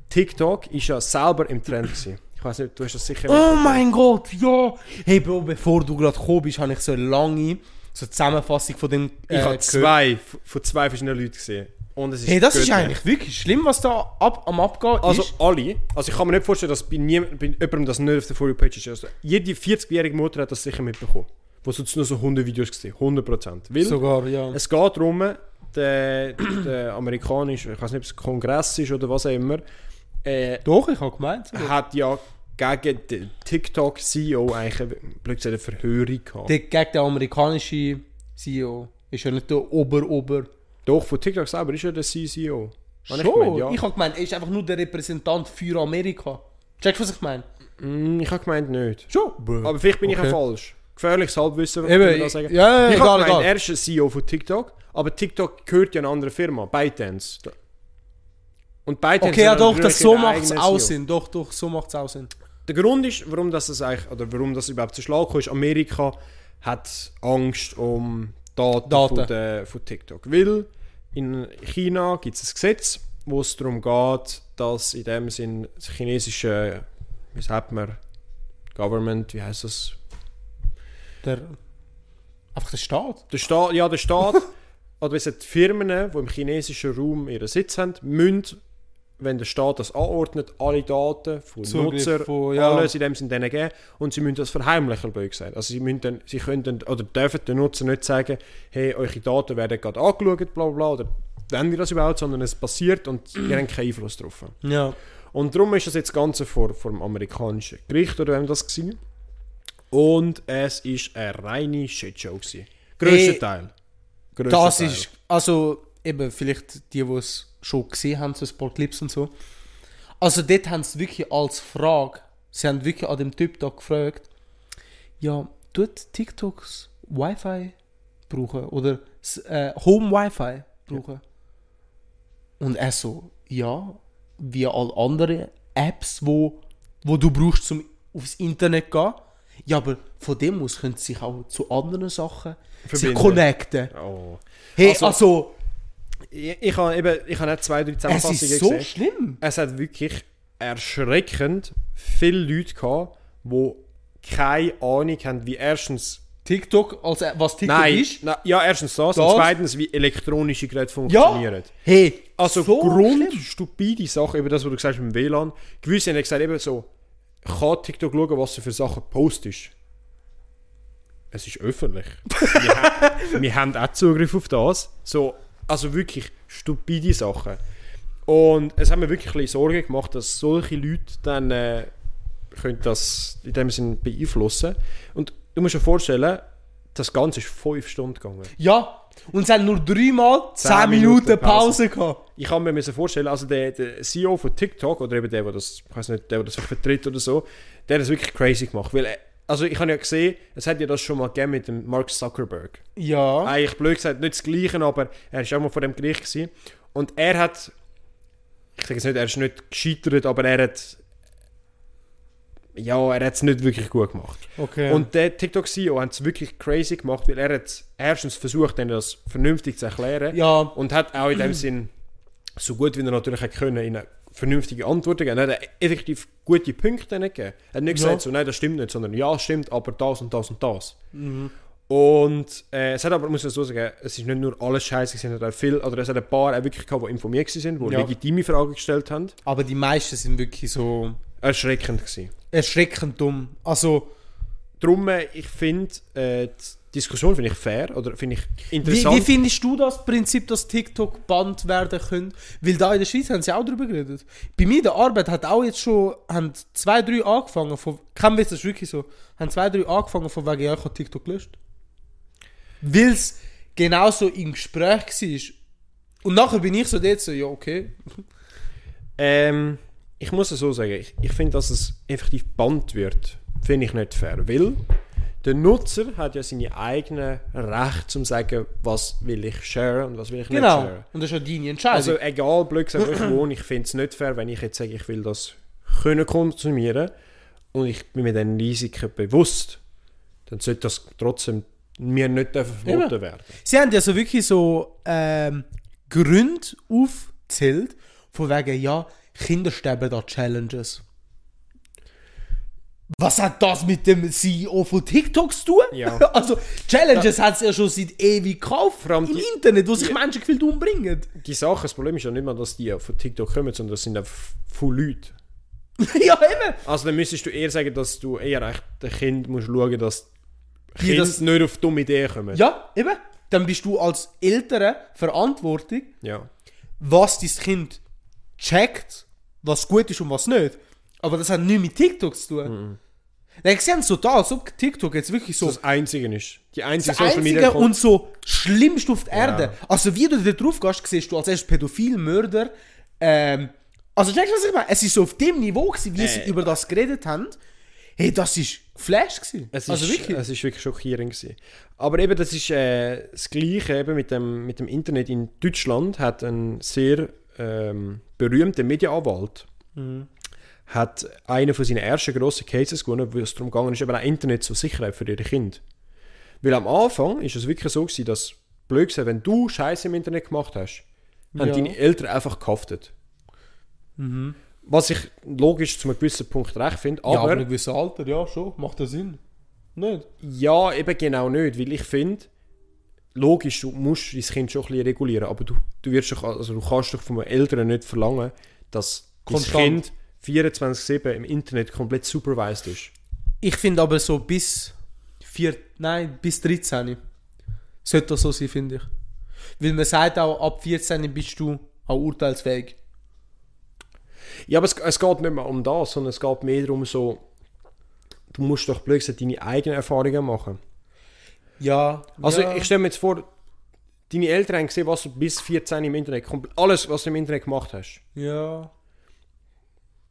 TikTok ist ja selber im Trend gewesen. Ich weiß nicht, du hast das sicher... Oh mein Gott, ja! Hey Bro, bevor du gerade gekommen bist, habe ich so eine lange so eine Zusammenfassung von dem. äh, ich habe gehört. Äh, zwei f- von zwei verschiedenen Leuten gesehen. Und es ist Hey, das ist göttlich. eigentlich wirklich schlimm, was da ab, am Abgehen Also ist. alle. Also ich kann mir nicht vorstellen, dass bei, niemand, bei jemandem das nicht auf der For You Page ist. Also jede 40-jährige Mutter hat das sicher mitbekommen. Wo sonst nur so Hundevideos gesehen, 100%. Weil Sogar, ja. es geht darum, der, der amerikanische, ich weiß nicht, ob es Kongress ist oder was auch immer, äh, Doch, ich habe gemeint. hat ja gegen den TikTok-CEO eigentlich, blöd gesagt, eine Verhörung gehabt. Der, gegen den amerikanischen CEO. Ist ja nicht der Ober-Ober. Doch, von TikTok selber ist ja der CEO. Habe Schon? gemeint, ja. Ich habe gemeint, er ist einfach nur der Repräsentant für Amerika. Checkst du, was ich meine? Hm, ich habe gemeint nicht. Schon. Aber vielleicht bin Okay. ich auch falsch. Gefährliches Halbwissen, Eben, würde ich da sagen. ja, ja, ich egal, habe egal. gemeint, er ist ein CEO von TikTok, aber TikTok gehört ja einer anderen Firma, ByteDance. Da- Und ByteDance Okay, ja hat doch, natürlich das so ihren macht es eigenen auch CEO. Sinn. Doch, doch, so macht es auch Sinn. Der Grund ist, warum das, es eigentlich, oder warum das überhaupt zu Schlag kam, ist, Amerika hat Angst um Daten, Daten. Von, der, von TikTok. Weil in China gibt es ein Gesetz, wo es darum geht, dass in dem Sinn das chinesische, wie sagt man, Government, wie heißt das? Der, einfach der Staat. Der Staat, ja, der Staat, oder wie gesagt, die Firmen, die im chinesischen Raum ihren Sitz haben, müssen, wenn der Staat das anordnet, alle Daten von Zugriff Nutzern, von- ja. alles in dem Sinn denen geben und sie müssen das verheimlichen, blöd gesagt. Also sie, müssen dann, sie können dann, oder dürfen den Nutzern nicht sagen, hey, eure Daten werden gerade angeschaut, bla bla, bla, oder wenn ihr das überhaupt, sondern es passiert und ihr habt keinen Einfluss drauf. Ja. Und darum ist das jetzt Ganze vor, vor dem amerikanischen Gericht oder wem das war. Und es war eine reine Shitshow. gewesen. Grösster Ey, Teil. Grösster Das Teil. ist, also eben, vielleicht die, die es schon gesehen haben, so ein paar Clips und so. Also dort haben sie wirklich als Frage, sie haben wirklich an dem Typ da gefragt, ja, tut TikToks Wi-Fi brauchen oder s- äh, Home Wi-Fi brauchen. Und er so, ja, wie alle anderen Apps, wo, wo du brauchst, um aufs Internet zu gehen. Ja, aber von dem aus können sie sich auch zu anderen Sachen sich Verbinden. connecten. Oh. Hey, Also- also, Ich, ich habe eben, ich habe nicht zwei, drei es Zusammenfassungen ist so gesehen. schlimm. Es hat wirklich erschreckend viele Leute gehabt, die keine Ahnung haben, wie erstens TikTok, als, äh, was TikTok Nein, ist. na, ja, erstens das, und Das. zweitens, wie elektronische Geräte Ja, funktionieren. hey, Also so schlimm. grundstupide Sachen, eben das, was du gesagt hast mit dem WLAN. Gewisse haben gesagt, eben so, kann TikTok schauen, was du für Sachen postest? Es ist öffentlich. wir, ha wir haben auch Zugriff auf das. So, also wirklich stupide Sachen. Und es hat mir wirklich ein bisschen Sorgen gemacht, dass solche Leute dann äh, können das in dem Sinne beeinflussen. Und du musst dir vorstellen, das Ganze ist fünf Stunden gegangen. Ja, und es haben nur dreimal 10 Minuten Minuten Pause Pause. gehabt. ich kann mir müssen vorstellen, also der, der CEO von TikTok oder eben der, der das, ich weiß nicht, der, der das vertritt oder so, der hat es wirklich crazy gemacht, weil äh, also ich habe ja gesehen, es hat ja das schon mal gegeben mit dem Mark Zuckerberg. Ja. Eigentlich blöd gesagt, nicht das Gleiche, aber er ist auch mal vor dem Gericht gewesen. und er hat, ich sage jetzt nicht, er ist nicht gescheitert, aber er hat, ja, er hat es nicht wirklich gut gemacht. Okay. Und der TikTok-CEO hat es wirklich crazy gemacht, weil er hat erstens versucht, ihnen das vernünftig zu erklären. ja, Und hat auch in dem Sinn, so gut wie er natürlich hat können, ihnen vernünftige Antworten gegeben. Er hat effektiv gute Punkte ihnen gegeben. Er hat nicht Ja. gesagt, so, nein, das stimmt nicht, sondern ja, stimmt, aber das und das und das. Und äh, es hat aber, muss ich so sagen, es ist nicht nur alles scheiße, es hat auch viel, oder es hat ein paar auch wirklich gehabt, die informiert waren, die Ja. legitime Fragen gestellt haben. aber die meisten sind wirklich so Erschreckend gewesen. erschreckend dumm. Also, Darum, äh, ich finde, äh, die Diskussion finde ich fair, oder finde ich wie, interessant. wie findest du das Prinzip, dass TikTok bannt werden können? Weil da in der Schweiz haben sie auch drüber geredet. Bei mir in der Arbeit hat auch jetzt schon, haben zwei, drei angefangen, von, kein Witz, das ist wirklich so, haben zwei, drei angefangen von wegen, ja, ich habe TikTok gelöscht. Weil es genauso im Gespräch war. Und nachher bin ich so dort so, ja, okay. Ähm, ich muss es so sagen, ich, ich finde, dass es effektiv gebannt wird, finde ich nicht fair. Weil der Nutzer hat ja seine eigenen Rechte, zum sagen, was will ich share und was will ich Genau. nicht share. Und das ist ja deine Entscheidung. Also egal, blöd gesagt, wo ich wohne, ich finde es nicht fair, wenn ich jetzt sage, ich will das können konsumieren und ich bin mir den Risiken bewusst, dann sollte das trotzdem mir nicht dürfen verboten Eben. werden. Sie haben ja so wirklich so ähm, Gründe aufgezählt, von wegen, ja, Kinder sterben da Challenges. Was hat das mit dem CEO von TikTok zu tun? Ja. Also, Challenges hat es ja schon seit ewig gekauft Vor allem im die- Internet, wo sich Menschen gefühlt umbringen. Die Sache, das Problem ist ja nicht mal, dass die von TikTok kommen, sondern das sind einfach viele Leute. ja, eben. Also dann müsstest du eher sagen, dass du eher echt den Kind musst schauen, dass Die Kinder das- nicht auf dumme Ideen kommen. Ja, eben. Dann bist du als Eltern verantwortlich, Ja. was dein Kind checkt, was gut ist und was nicht. Aber das hat nichts mit TikTok zu tun. Mhm. Dann sehen sie so da, als ob TikTok jetzt wirklich so Das Einzige ist. Die einzige das Social Media einzige Kon- und so schlimmste auf der Erde. Also wie du da drauf gehst, siehst du als erstes Pädophil, Mörder. Ähm, also checkst du, was ich meine? Es ist so auf dem Niveau, gewesen, wie Äh. sie über das geredet haben. Hey, das ist Flash gewesen. es ist, äh, also wirklich. Es ist wirklich schockierend gewesen. Aber eben, das ist äh, das Gleiche eben mit dem, mit dem Internet. In Deutschland hat ein sehr ähm, berühmter Medienanwalt Mhm. hat einen von seinen ersten grossen Cases gewonnen, wo es darum gegangen ist, eben auch Internet zur Sicherheit für ihre Kinder. Weil am Anfang ist es wirklich so gewesen, dass, blöd gesagt, wenn du Scheiße im Internet gemacht hast, haben Ja. Mhm. deine Eltern einfach gehaftet. Was ich logisch zu einem gewissen Punkt recht finde, ja, aber aber in einem gewissen Alter, ja schon, macht das Sinn. Nicht? ja, eben genau nicht, weil ich finde, logisch, du musst dein Kind schon ein bisschen regulieren, aber du, du, wirst doch, also du kannst doch von den Eltern nicht verlangen, dass dein Konstant. Kind 24-7 im Internet komplett supervised ist. Ich finde aber so bis 4, nein, bis 13 sollte das so sein, finde ich. Weil man sagt auch, ab 14 bist du auch urteilsfähig. Ja, aber es, es geht nicht mehr um das, sondern es geht mehr darum so, du musst doch blöd gesagt deine eigenen Erfahrungen machen. Ja. Also ja. ich stelle mir jetzt vor, deine Eltern haben gesehen, was du bis 14 im Internet, komplett- alles was du im Internet gemacht hast. Ja.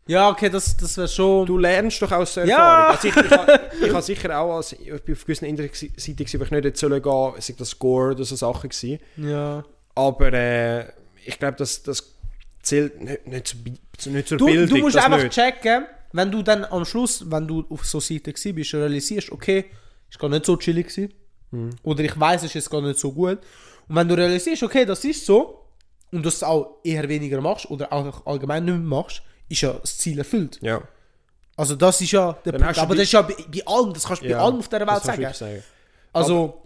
Ja, okay, das, das wäre schon. Du lernst doch aus der Ja! Erfahrung. Also ich, ich, ha- ich habe sicher auch als, ich bin auf gewissen Internetseiten, gewesen, wo ich nicht hätte sollen gehen, sei das Gore oder so Sachen gewesen. ja. Aber äh, ich glaube, das, das zählt nicht, nicht, zu, bi- zu- nicht zur Du, Bildung. du musst das einfach nicht. checken, wenn du dann am Schluss, wenn du auf so Seite gsi bist, realisierst, okay, ist gar nicht so chillig gewesen. Mhm. Oder ich weiß, es ist jetzt gar nicht so gut. Und wenn du realisierst, okay, das ist so, und du es auch eher weniger machst oder auch allgemein nicht mehr machst, ist ja das Ziel erfüllt. Ja, Also das ist ja der Dann Punkt. hast du Aber die- das ist ja bei, bei allem, das kannst du ja, bei allem auf der Welt das kannst sagen. du wirklich sagen. Also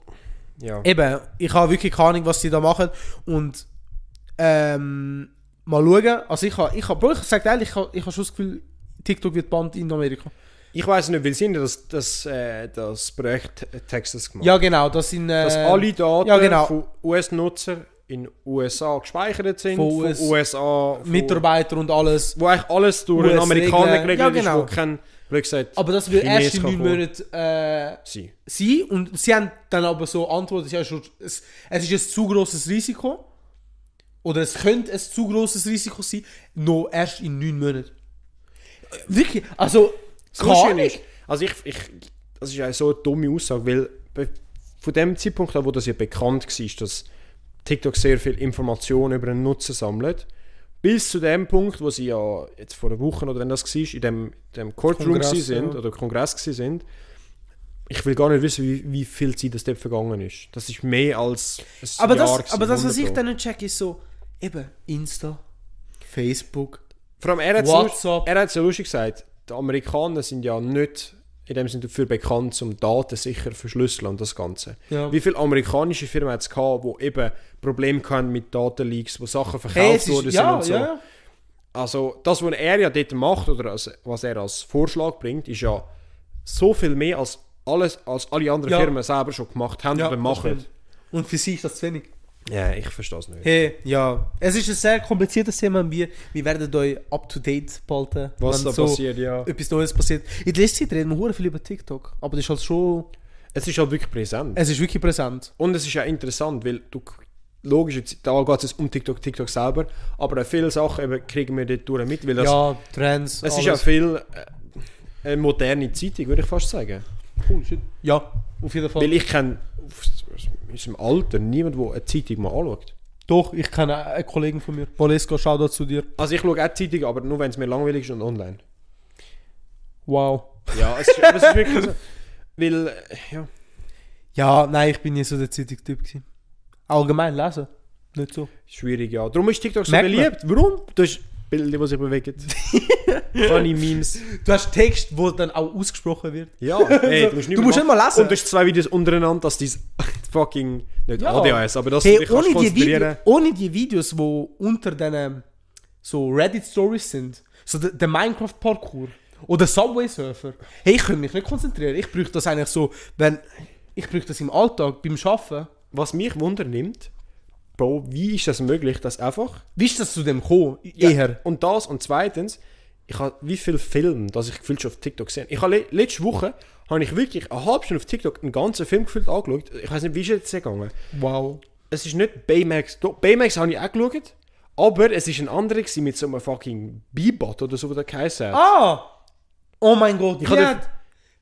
Ja. eben, ich habe wirklich keine Ahnung, was die da machen. Und ähm, mal schauen. Also ich habe, ich habe, Bro, ich sage ehrlich, ich habe, ich habe schon das Gefühl, TikTok wird bannt in Amerika. Ich weiß nicht, weil sie haben das, das, äh, das Projekt Texas gemacht. Ja genau, das sind... Äh, Dass alle Daten ja, genau. von US-Nutzern in USA gespeichert sind, Von von, US USA, von, Mitarbeiter und alles. wo eigentlich alles durch einen US Amerikaner regeln. geregelt Ja, ist, genau. wo kein, blöd gesagt, Aber das wird Chines erst in kann neun kommen. Monaten äh, sein. sein. Und sie haben dann aber so Antworten, es ist, ja schon, es, es ist ein zu grosses Risiko. Oder es könnte ein zu grosses Risiko sein, noch erst in neun Monaten. Äh, Wirklich, also... Das Lustige keine Ahnung. ist, also ich, ich, das ist ja so eine dumme Aussage, weil be- von dem Zeitpunkt an, wo das ja bekannt war, dass TikTok sehr viel Informationen über einen Nutzer sammelt, bis zu dem Punkt, wo sie ja jetzt vor einer Woche oder wenn das war, in dem, dem Courtroom Kongress, Kongress, sind ja. oder Kongress gsi sind, ich will gar nicht wissen, wie, wie viel Zeit das dort vergangen ist. Das ist mehr als ein aber Jahr das, gewesen, aber das, was ich wunderbar. dann nicht check, ist so, eben, Insta, Facebook. Vor allem, er hat WhatsApp. er hat's ja lustig gesagt, die Amerikaner sind ja nicht in dem Sinne dafür bekannt, um Daten sicher verschlüsseln und das Ganze. Ja. Wie viele amerikanische Firmen hat es gehabt, die eben Probleme hatten mit Datenleaks, wo Sachen verkauft Hey, es ist- wurden sind ja, und so. ja, ja. Also das, was er ja dort macht oder als, was er als Vorschlag bringt, ist ja so viel mehr als alles, als alle anderen Ja. Firmen selber schon gemacht haben Ja, oder das machen. stimmt. Und für sie ist das zu wenig. Ja, ich verstehe es nicht. Hey, ja. Es ist ein sehr kompliziertes Thema und wir, wir werden euch up to date behalten. Was wenn da so passiert, ja. Etwas Neues passiert. In der letzten Zeit reden wir hure viel über TikTok, aber das ist halt schon. Es ist halt wirklich präsent. Es ist wirklich präsent. Und es ist ja interessant, weil du logisch, jetzt, da geht es jetzt um TikTok, TikTok selber, aber auch viele Sachen eben kriegen wir dort durch mit, weil das, ja, Trends. es ist ja viel äh, eine moderne Zeitung, würde ich fast sagen. cool, shit. Ja, auf jeden Fall. Weil ich kenne auf- aus unserem Alter niemand, der eine Zeitung mal anschaut. Doch, ich kenne äh, einen Kollegen von mir. Valeska, schau da zu dir. Also ich schaue auch die Zeitung, aber nur wenn es mir langweilig ist und online. Wow. Ja, es ist, aber es ist wirklich so. Weil, äh, ja. Ja, nein, ich bin nie so der Zeitungstyp gewesen. Allgemein lesen. Nicht so. Schwierig, ja. Darum ist TikTok so Merkt man. beliebt. Warum? Du hast Bilder, die sich bewegen. Funny Memes. Du hast Text, wo dann auch ausgesprochen wird. Ja, hey, du musst, Also, Du nicht mehr musst nicht machen. mal lesen. Und du hast zwei Videos untereinander, dass dein fucking, nicht Ja. ADHS, aber dass du Hey, dich ohne kannst die, Video, konzentrieren ohne die Videos, wo unter den ähm, so Reddit-Stories sind, so der, der Minecraft-Parkour oder Subway-Surfer, hey, ich könnte mich nicht konzentrieren. Ich bräuchte das eigentlich so, wenn... Ich bräuchte das im Alltag, beim Arbeiten. Was mich wundernimmt, Bro, wie ist das möglich, dass einfach... Wie ist das zu dem gekommen? Eher. Und das, und zweitens, ich habe wie viel Film, dass ich gefühlt schon auf TikTok gesehen Ich habe le letzte Woche, habe ich wirklich eine halbe Stunde auf TikTok einen ganzen Film gefühlt angeschaut. Ich weiß nicht, wie ist jetzt gegangen? Wow. Es ist nicht Baymax. Doch, Baymax habe ich auch geschaut, aber es ist ein anderer gewesen mit so einem fucking Bebot oder so, wie der geheißen hat. Ah! Oh mein Gott, hab ja.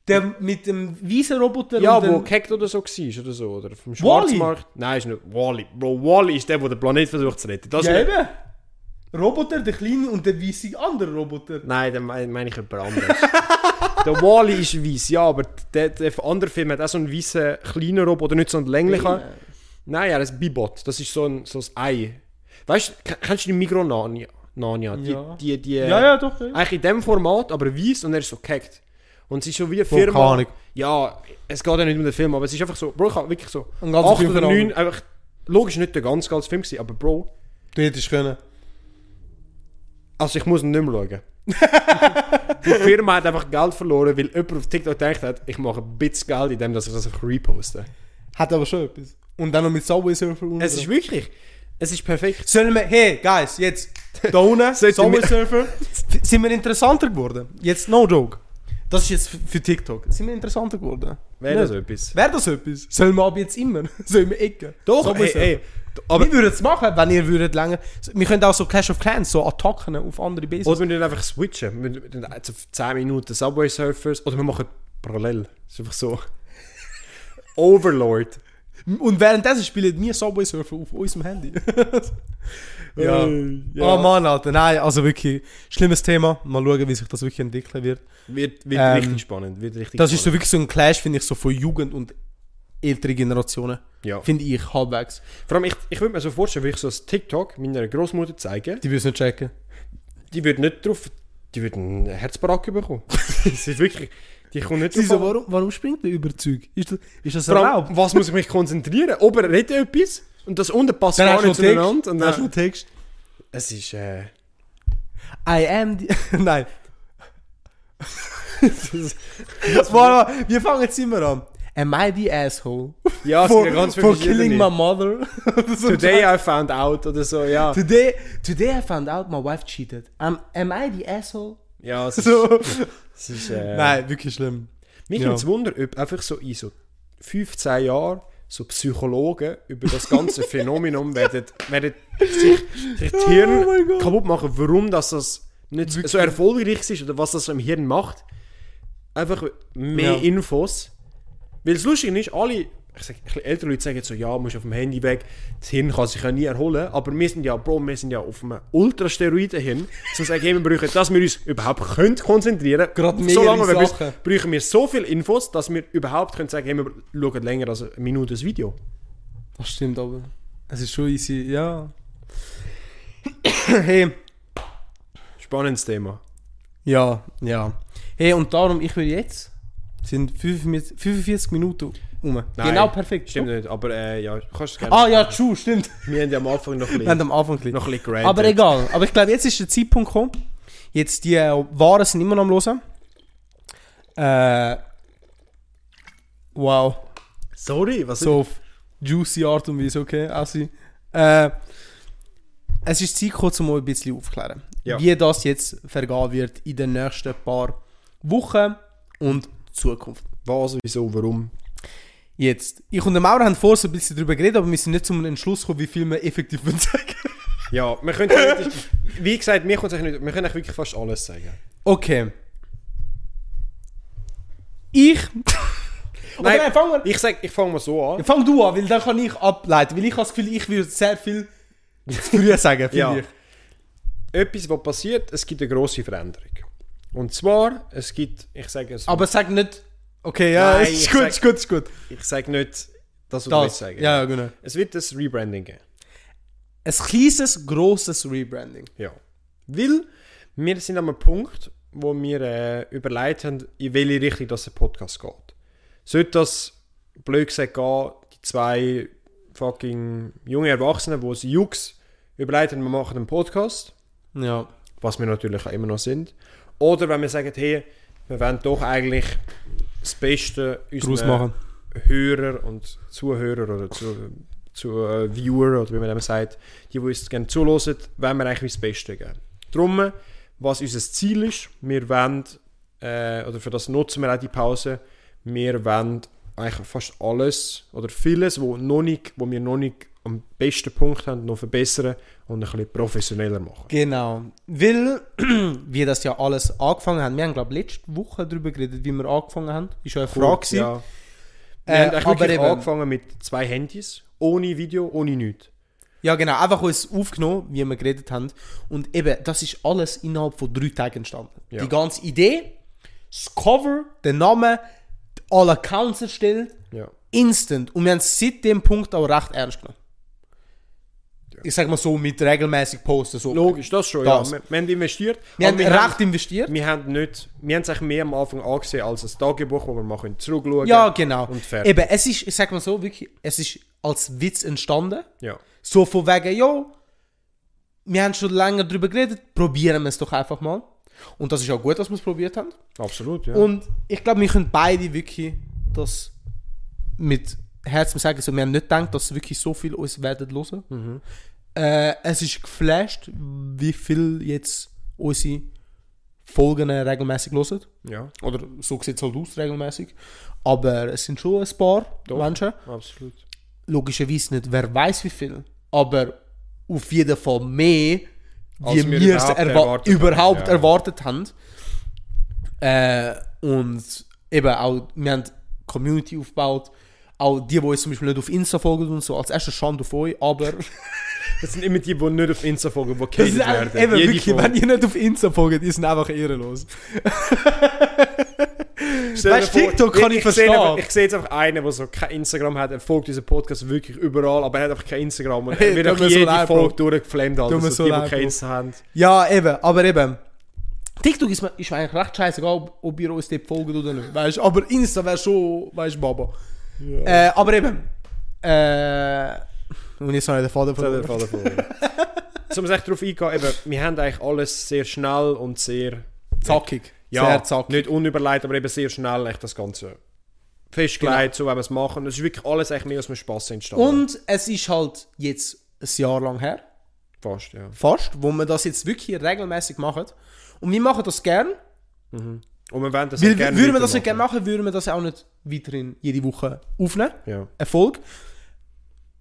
Der mit dem weißen Roboter Ja, und dem- wo gehackt oder so war oder so. Oder vom Schwarzmarkt. Nein, ist nicht Wally. Bro, Wally ist der, der den Planet versucht zu retten. Das Ja, nicht. eben. Roboter, der kleine und der weiße andere Roboter. Nein, dann meine mein ich jemand anderes. der Wally ist weiß, ja, aber der, der andere Film hat auch so einen weißen kleinen Roboter, nicht so einen länglichen. Nein, er ist ein Bibot. Das ist so ein, so ein Ei. Weißt du, ke- kennst du die Micro Narnia? Narnia? Die, Ja. die, die, eh, Ja, ja, doch. Ja. Eigentlich in dem Format, aber weiß und er ist so gehackt. Und es ist so wie eine Firma. keine Ahnung. Ja, es geht ja nicht um den Film, aber es ist einfach so, Bro, ich habe wirklich so Ein ganzer acht Film oder verloren. neun, einfach, logisch nicht der ganz ganze Film gewesen, aber Bro, Du hättest können. also ich muss ihn nicht mehr schauen. die Firma hat einfach Geld verloren, weil jemand auf TikTok gedacht hat, ich mache ein bisschen Geld, indem dass ich das einfach reposte. Hat aber schon etwas. Und dann noch mit Subway Surfer unten. Es ist dran. wirklich, es ist perfekt. Sollen wir, hey, guys, jetzt, da unten, Sollte Subway mir- Surfer, f- sind wir interessanter geworden. Jetzt, no joke. Das ist jetzt f- für TikTok. Sind wir interessanter geworden? Wäre Nicht? so etwas. Wäre das etwas? Sollen wir ab jetzt immer? Sollen wir ecken? Doch, Subway ey, ey, Aber- wir würden es machen, wenn ihr würdet länger. Wir können auch so Clash of Clans, so Attacken auf andere Bases. Oder wir müssen einfach switchen. Wir müssen jetzt auf 10 Minuten Subway Surfers oder wir machen parallel. Das ist einfach so. Overlord. Und währenddessen spielen wir Subway Surfer auf unserem Handy. ja. Äh, Oh Mann, Alter. Nein, also wirklich, schlimmes Thema. Mal schauen, wie sich das wirklich entwickeln wird. Wird, wird Ähm, richtig spannend. Wird richtig Das ist so spannend. wirklich so ein Clash, finde ich, so von Jugend und ältere Generationen. Ja. Finde ich halbwegs. Vor allem, ich, ich würde mir so vorstellen, würde ich so ein TikTok meiner Großmutter zeigen. Die würden es nicht checken. Die würde nicht drauf. Die würde einen Herzbaracke bekommen. das ist wirklich. Die kommt nicht Sie so, an. warum, warum springt der über Zeug? Ist das, ist das Vor erlaubt? allem, was muss ich mich konzentrieren? Oben redet etwas und das unten passt Dann gar hast du nicht noch Text. zueinander. Und Dann hast du dann, noch Text. es ist. Äh, I am die... Nein. Warte mal, wir fangen jetzt immer an. Am I the asshole? ja, es for, gibt ja ganz for verschiedene. killing my mother. Oder so Today I found out oder so, ja. today, today I found out my wife cheated. Am, am I the asshole? Ja, es ist. So. Es ist äh, Nein, wirklich schlimm. Mich ja. nimmt es Wunder, ob einfach so in so 15 Jahren so Psychologen über das ganze Phänomen werden, werden sich, sich das Hirn Oh mein Gott. kaputt machen, warum das, das nicht so erfolgreich ist oder was das im Hirn macht. Einfach mehr Ja. Infos. Weil das Lustige ist, alle ich sag, ein bisschen ältere Leute sagen jetzt so, ja, musst auf dem Handy weg, das Hirn kann sich ja nie erholen, aber wir sind ja, Bro, wir sind ja auf einem Ultrasteroidenhirn, zum sagen, hey, wir brauchen, dass wir uns überhaupt können konzentrieren Gerade so mehrere lange wir Sachen. müssen, brauchen wir so viel Infos, dass wir überhaupt können sagen, hey, wir schauen länger als eine Minute das Video. Das stimmt aber. Es ist schon easy, ja. hey. Spannendes Thema. Ja, ja. Hey, und darum, ich will jetzt... Sind 45 45 Minuten um. Genau perfekt. Stimmt nicht, aber äh, ja, kannst du es gerne. Ah ja, true, stimmt. Wir haben ja am Anfang noch ein Wir haben am bisschen, Anfang ein bisschen. noch ein bisschen gerantet. Aber egal. Aber ich glaube, jetzt ist der Zeitpunkt gekommen. Jetzt die äh, Waren sind immer noch am Losen. Äh, wow. Sorry, was So auf juicy Art und Weise, okay? Also, äh, es ist Zeit gekommen, um mal ein bisschen aufzuklären. Ja. Wie das jetzt vergehen wird in den nächsten paar Wochen und Zukunft. Was, wieso, warum? Jetzt. Ich und der Maurer haben vorher so ein bisschen darüber geredet, aber wir sind nicht zum Entschluss gekommen, wie viel wir effektiv wollen sagen. Ja, wir können theoretisch- Wie gesagt, mir kommt es eigentlich nicht. Wir können eigentlich wirklich fast alles sagen. Okay. Ich. Oder nein, fang, mal, ich sag, ich fange mal so an. fang du an, weil dann kann ich ableiten. Weil ich habe das Gefühl, ich würde sehr viel zu früh sagen, finde Ja. ich. Etwas, was passiert, es gibt eine grosse Veränderung. Und zwar, es gibt, ich sage es, Aber sag nicht. Okay, ja, Nein, ist ich gut, sag- ist gut, ist gut. ich sage nicht das, was du willst Das. sagen. Ja, genau. Es wird ein Rebranding geben. Ein kleines, grosses Rebranding. Ja. Weil wir sind an einem Punkt, wo wir äh, überlegt haben, in welche Richtung das der Podcast geht. Sollte das, blöd gesagt, gehen, die zwei fucking junge Erwachsenen, die sie Jux überlegt haben, wir machen einen Podcast, Ja. was wir natürlich auch immer noch sind. Oder wenn wir sagen, hey, wir wollen doch eigentlich das Beste Draus unseren machen. Hörer und Zuhörer oder zu, zu äh, Viewer oder wie man dem sagt, die, die uns gerne zuhören, wollen wir eigentlich das Beste geben. Drum, was unser Ziel ist, wir wollen, äh, oder für das nutzen wir auch die Pause, wir wollen eigentlich fast alles oder vieles, wo, noch nicht, wo wir noch nicht am besten Punkt haben, noch verbessern und ein bisschen professioneller machen. Genau. Weil wir das ja alles angefangen haben. Wir haben, glaube ich, letzte Woche darüber geredet, wie wir angefangen haben. Ist ja eine Frage. gewesen. Ja. Wir Äh, haben eigentlich aber wirklich eben- angefangen mit zwei Handys, ohne Video, ohne nichts. Ja, genau. Einfach uns aufgenommen, wie wir geredet haben. Und eben, das ist alles innerhalb von drei Tagen entstanden. Ja. Die ganze Idee, das Cover, der Name, alle Accounts erstellt, Ja. instant. Und wir haben es seit dem Punkt auch recht ernst genommen. Ich sag mal so, mit regelmäßig Posten. So. Logisch, das schon, Das. ja. Wir, wir haben investiert. Wir haben aber recht investiert. wir haben nicht, wir haben es eigentlich mehr am Anfang angesehen als ein Tagebuch, wo wir mal können zurückschauen Ja, genau. Und fertig. eben, es ist, ich sag mal so, wirklich, es ist als Witz entstanden. Ja. So von wegen, jo, wir haben schon länger darüber geredet, probieren wir es doch einfach mal. Und das ist auch gut, dass wir es probiert haben. Absolut, ja. Und ich glaube, wir können beide wirklich das mit Herzen sagen. Also, wir haben nicht gedacht, dass wirklich so viel uns werden hören. Äh, es ist geflasht, wie viel jetzt unsere Folgen regelmäßig hören. ja, Oder so sieht es halt aus, regelmäßig. Aber es sind schon ein paar Menschen. absolut. Logischerweise nicht, wer weiß wie viel. aber auf jeden Fall mehr, Als wie wir wir es überhaupt erwa erwartet überhaupt, haben, ja. erwartet haben. Äh, und eben auch, wir haben Community aufgebaut. Auch die, die uns zum Beispiel nicht auf Insta folgen und so, als erstes Schande auf euch, aber Das sind immer die, die nicht auf Insta folgen, die das ist gehatet werden. auch, eben Jede wirklich, Folge. wenn ihr nicht auf Insta folgt, ist es einfach ehrenlos. Stell dir Weißt, vor, TikTok kann ich sehe verstehen. einfach- Ich sehe jetzt einfach einen, der so kein Instagram hat, er folgt unseren Podcast wirklich überall, aber er hat einfach kein Instagram und Hey, er wird tut auch mir so jede leid, Bro. Folge durchgeflamed, Alter. Tut mir Also so die, die leid, kein Bro. Insta haben. Ja, eben, aber eben. TikTok ist, mir- ist mir eigentlich recht scheißegal, ob, ob ihr uns dort folgt oder nicht. Weißt, aber Insta wäre schon, weißt du, Baba. Äh, aber eben. Äh, und jetzt habe ich den Faden Das verloren. hat Fall davon. Zum echt darauf eingehen, eben, wir haben eigentlich alles sehr schnell und sehr, Zackig. ja, Sehr zackig. nicht unüberlegt, aber eben sehr schnell echt das Ganze festgelegt, so wie wir es machen. Es ist wirklich alles echt mehr aus dem Spass entstanden. Genau. Und es ist halt jetzt ein Jahr lang her, Fast, ja. fast, wo wir das jetzt wirklich regelmäßig machen. Und wir machen das gern. Und wir wollen das Weil, auch gerne würden wir das nicht weitermachen. gerne machen, würden wir das auch nicht weiterhin jede Woche aufnehmen. Ja. Erfolg.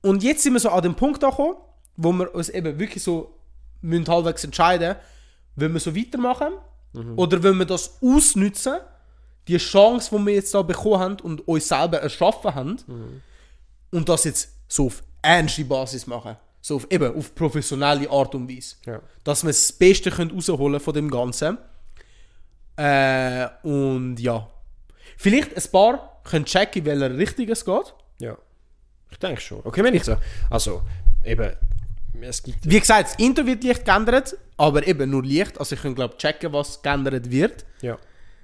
Und jetzt sind wir so an dem Punkt angekommen, wo wir uns eben wirklich so müssen halbwegs entscheiden, wollen wir so weitermachen oder wollen wir das ausnutzen, die Chance, die wir jetzt da bekommen haben und uns selber erschaffen haben und das jetzt so auf ernste Basis machen. So auf, eben auf professionelle Art und Weise. Ja. Dass wir das Beste können rausholen von dem Ganzen. Äh, und ja. Vielleicht ein paar können checken, in welcher Richtung es geht. Ja. Ich denke schon. Okay, wenn ich so. Also, eben, es gibt. Wie gesagt, das Intro wird leicht geändert, aber eben nur leicht. Also ich kann glaube checken, was geändert wird. Ja.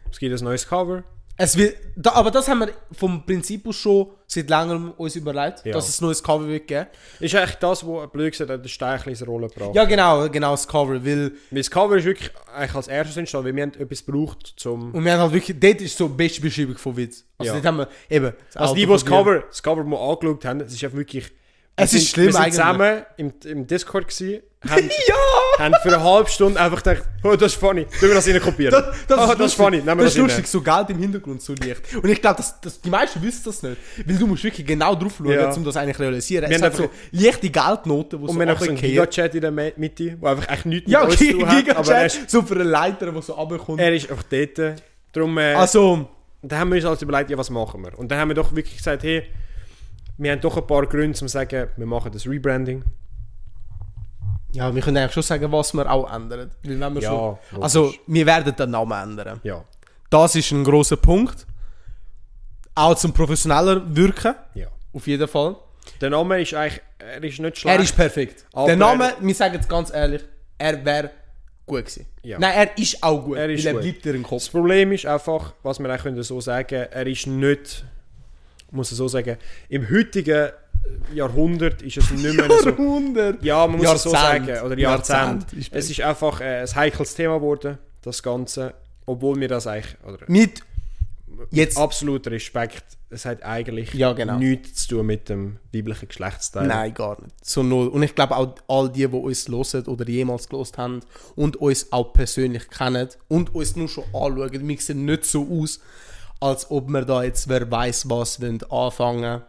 Es gibt ein neues Cover. Es wird da, aber das haben wir vom Prinzip aus schon seit langem uns überlegt, Ja. dass es ein neues Cover wird geben. Ist eigentlich das, wo blöd gesagt hat, der Steichlis Rolle braucht. Ja genau, genau das Cover, weil Weil das Cover ist wirklich eigentlich als erstes entstanden, weil wir haben etwas gebraucht zum. und wir haben halt wirklich, dort ist so die beste Beschreibung von Witz. Also Ja. dort haben wir eben. das Also Auto die, die das von dir. Cover, das Cover mal angeschaut haben, es ist einfach wirklich. Es wir ist schlimm wir sind eigentlich. zusammen im, im Discord gewesen, haben, Ja! haben für eine halbe Stunde einfach gedacht, oh, das ist funny, tun wir das rein kopieren. Das, das, oh, ist, das ist lustig. funny, nehmen wir das ist rein. lustig, so Geld im Hintergrund so leicht. Und ich glaube, dass, dass die meisten wissen das nicht. Weil du musst wirklich genau drauf schauen, Ja. um das eigentlich zu realisieren. Wir es haben hat so leichte Geldnoten, die so Und wir haben so einen runterfallen. Giga-Chat in der Me- Mitte, der einfach echt nichts Ja, mit uns zu tun hat, aber er ist Giga-Chat, so für eine Leiter, die so runterkommt. Er ist einfach dort. Darum, äh, also, dann haben wir uns also überlegt, ja, was machen wir? Und dann haben wir doch wirklich gesagt, hey, wir haben doch ein paar Gründe, um zu sagen, wir machen das Rebranding. ja, wir können eigentlich schon sagen, was wir auch ändern. Weil wenn wir Ja, schon, logisch. also, wir werden den Namen ändern. Ja, Das ist ein großer Punkt. Auch zum professioneller wirken, ja. auf jeden Fall. Der Name ist eigentlich, er ist nicht schlecht. Er ist perfekt. Aber- der Name, wir sagen es ganz ehrlich, er wäre gut gewesen. Ja. Nein, er ist auch gut, Er ist weil er gut. bleibt dir im das Kopf. Problem ist einfach, was wir auch können so sagen, er ist nicht, muss ich so sagen, im heutigen Jahrhundert ist es nicht mehr so... 100. Ja, man muss es so Jahrzehnt. sagen. Oder Jahrzehnt. Jahrzehnt Jahrzehnt. ist Es ist einfach äh, ein heikles Thema geworden, das Ganze. Obwohl wir das eigentlich... Oder, Mit jetzt absolut Respekt. Es hat eigentlich Ja, genau. nichts zu tun mit dem weiblichen Geschlechtsteil. Nein, gar nicht. Zu null. Und ich glaube auch all die, die uns hören oder jemals gelost haben und uns auch persönlich kennen und uns nur schon anschauen, wir sehen nicht so aus, als ob wir da jetzt wer weiß was wollen anfangen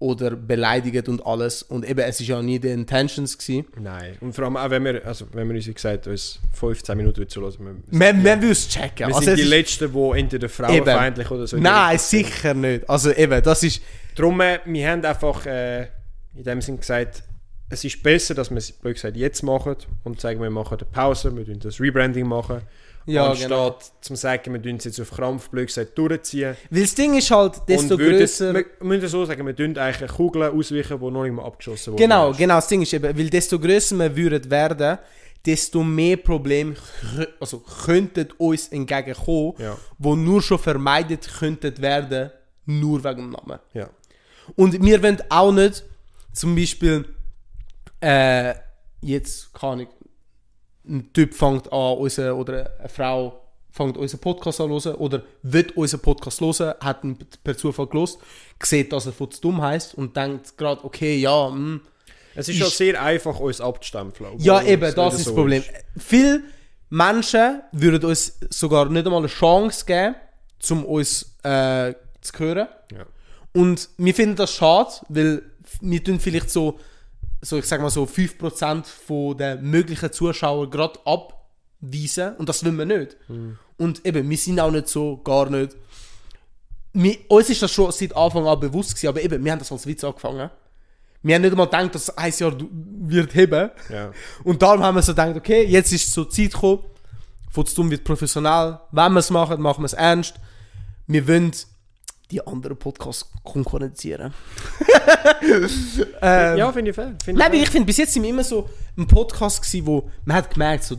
oder beleidigen und alles. Und eben, es ist ja nie die Intentions gewesen. Nein. Und vor allem auch, wenn wir, also wenn wir uns wie gesagt uns 15 Minuten zulassen, wir, Man, man will es checken. wir Also sind es die ist- Letzten, die entweder frauenfeindlich oder so. in die Nein, Richtung sind. sicher nicht. Also eben, das ist... Darum, äh, wir haben einfach äh, in dem Sinn gesagt, es ist besser, dass wir es, blöd gesagt, jetzt machen und sagen, wir machen eine Pause, wir tun das Rebranding machen. Ja, anstatt genau. zum sagen, wir tun es jetzt auf Krampf, blöd gesagt, durchziehen. Weil das Ding ist halt, desto und würden, größer. Wir müssen es so sagen, wir tun eigentlich eine Kugel ausweichen, die noch nicht mal abgeschossen wurde. Genau, genau, das Ding ist eben, weil desto grösser wir würden werden, desto mehr Probleme kö- also könnten uns entgegenkommen, Ja. wo nur schon vermeidet könnten werden, nur wegen dem Namen. Ja. Und wir wollen auch nicht zum Beispiel äh, jetzt kann ich ein Typ fängt an unsere, oder eine Frau fängt unseren Podcast an hören oder wird unseren Podcast hören, hat ihn per Zufall gelost, sieht, dass er von zu dumm heißt und denkt gerade, okay, ja, hm, mh, Es ist schon sehr einfach, uns abzustempeln. obwohl ja, es eben, nicht das ist so das Problem. Viele Menschen würden uns sogar nicht einmal eine Chance geben, um uns äh, zu hören. Ja. Und wir finden das schade, weil wir tun vielleicht so so ich sag mal so 5% von den möglichen Zuschauern gerade abweisen und das wollen wir nicht. Und eben, wir sind auch nicht so, gar nicht. Wir, uns ist das schon seit Anfang an bewusst gewesen, aber eben, wir haben das als Witz angefangen. Wir haben nicht einmal gedacht, dass ein Jahr du- wird heben. Ja. Und darum haben wir so gedacht, okay, jetzt ist so die Zeit gekommen, Futztum wird professionell. Wenn wir es machen, machen wir es ernst. Wir wollen die anderen Podcasts konkurrenzieren. Ähm, ja, finde ich fair. Find ich Nein, weil fair. ich finde, bis jetzt sind wir immer so ein Podcast gewesen, wo man hat gemerkt, so,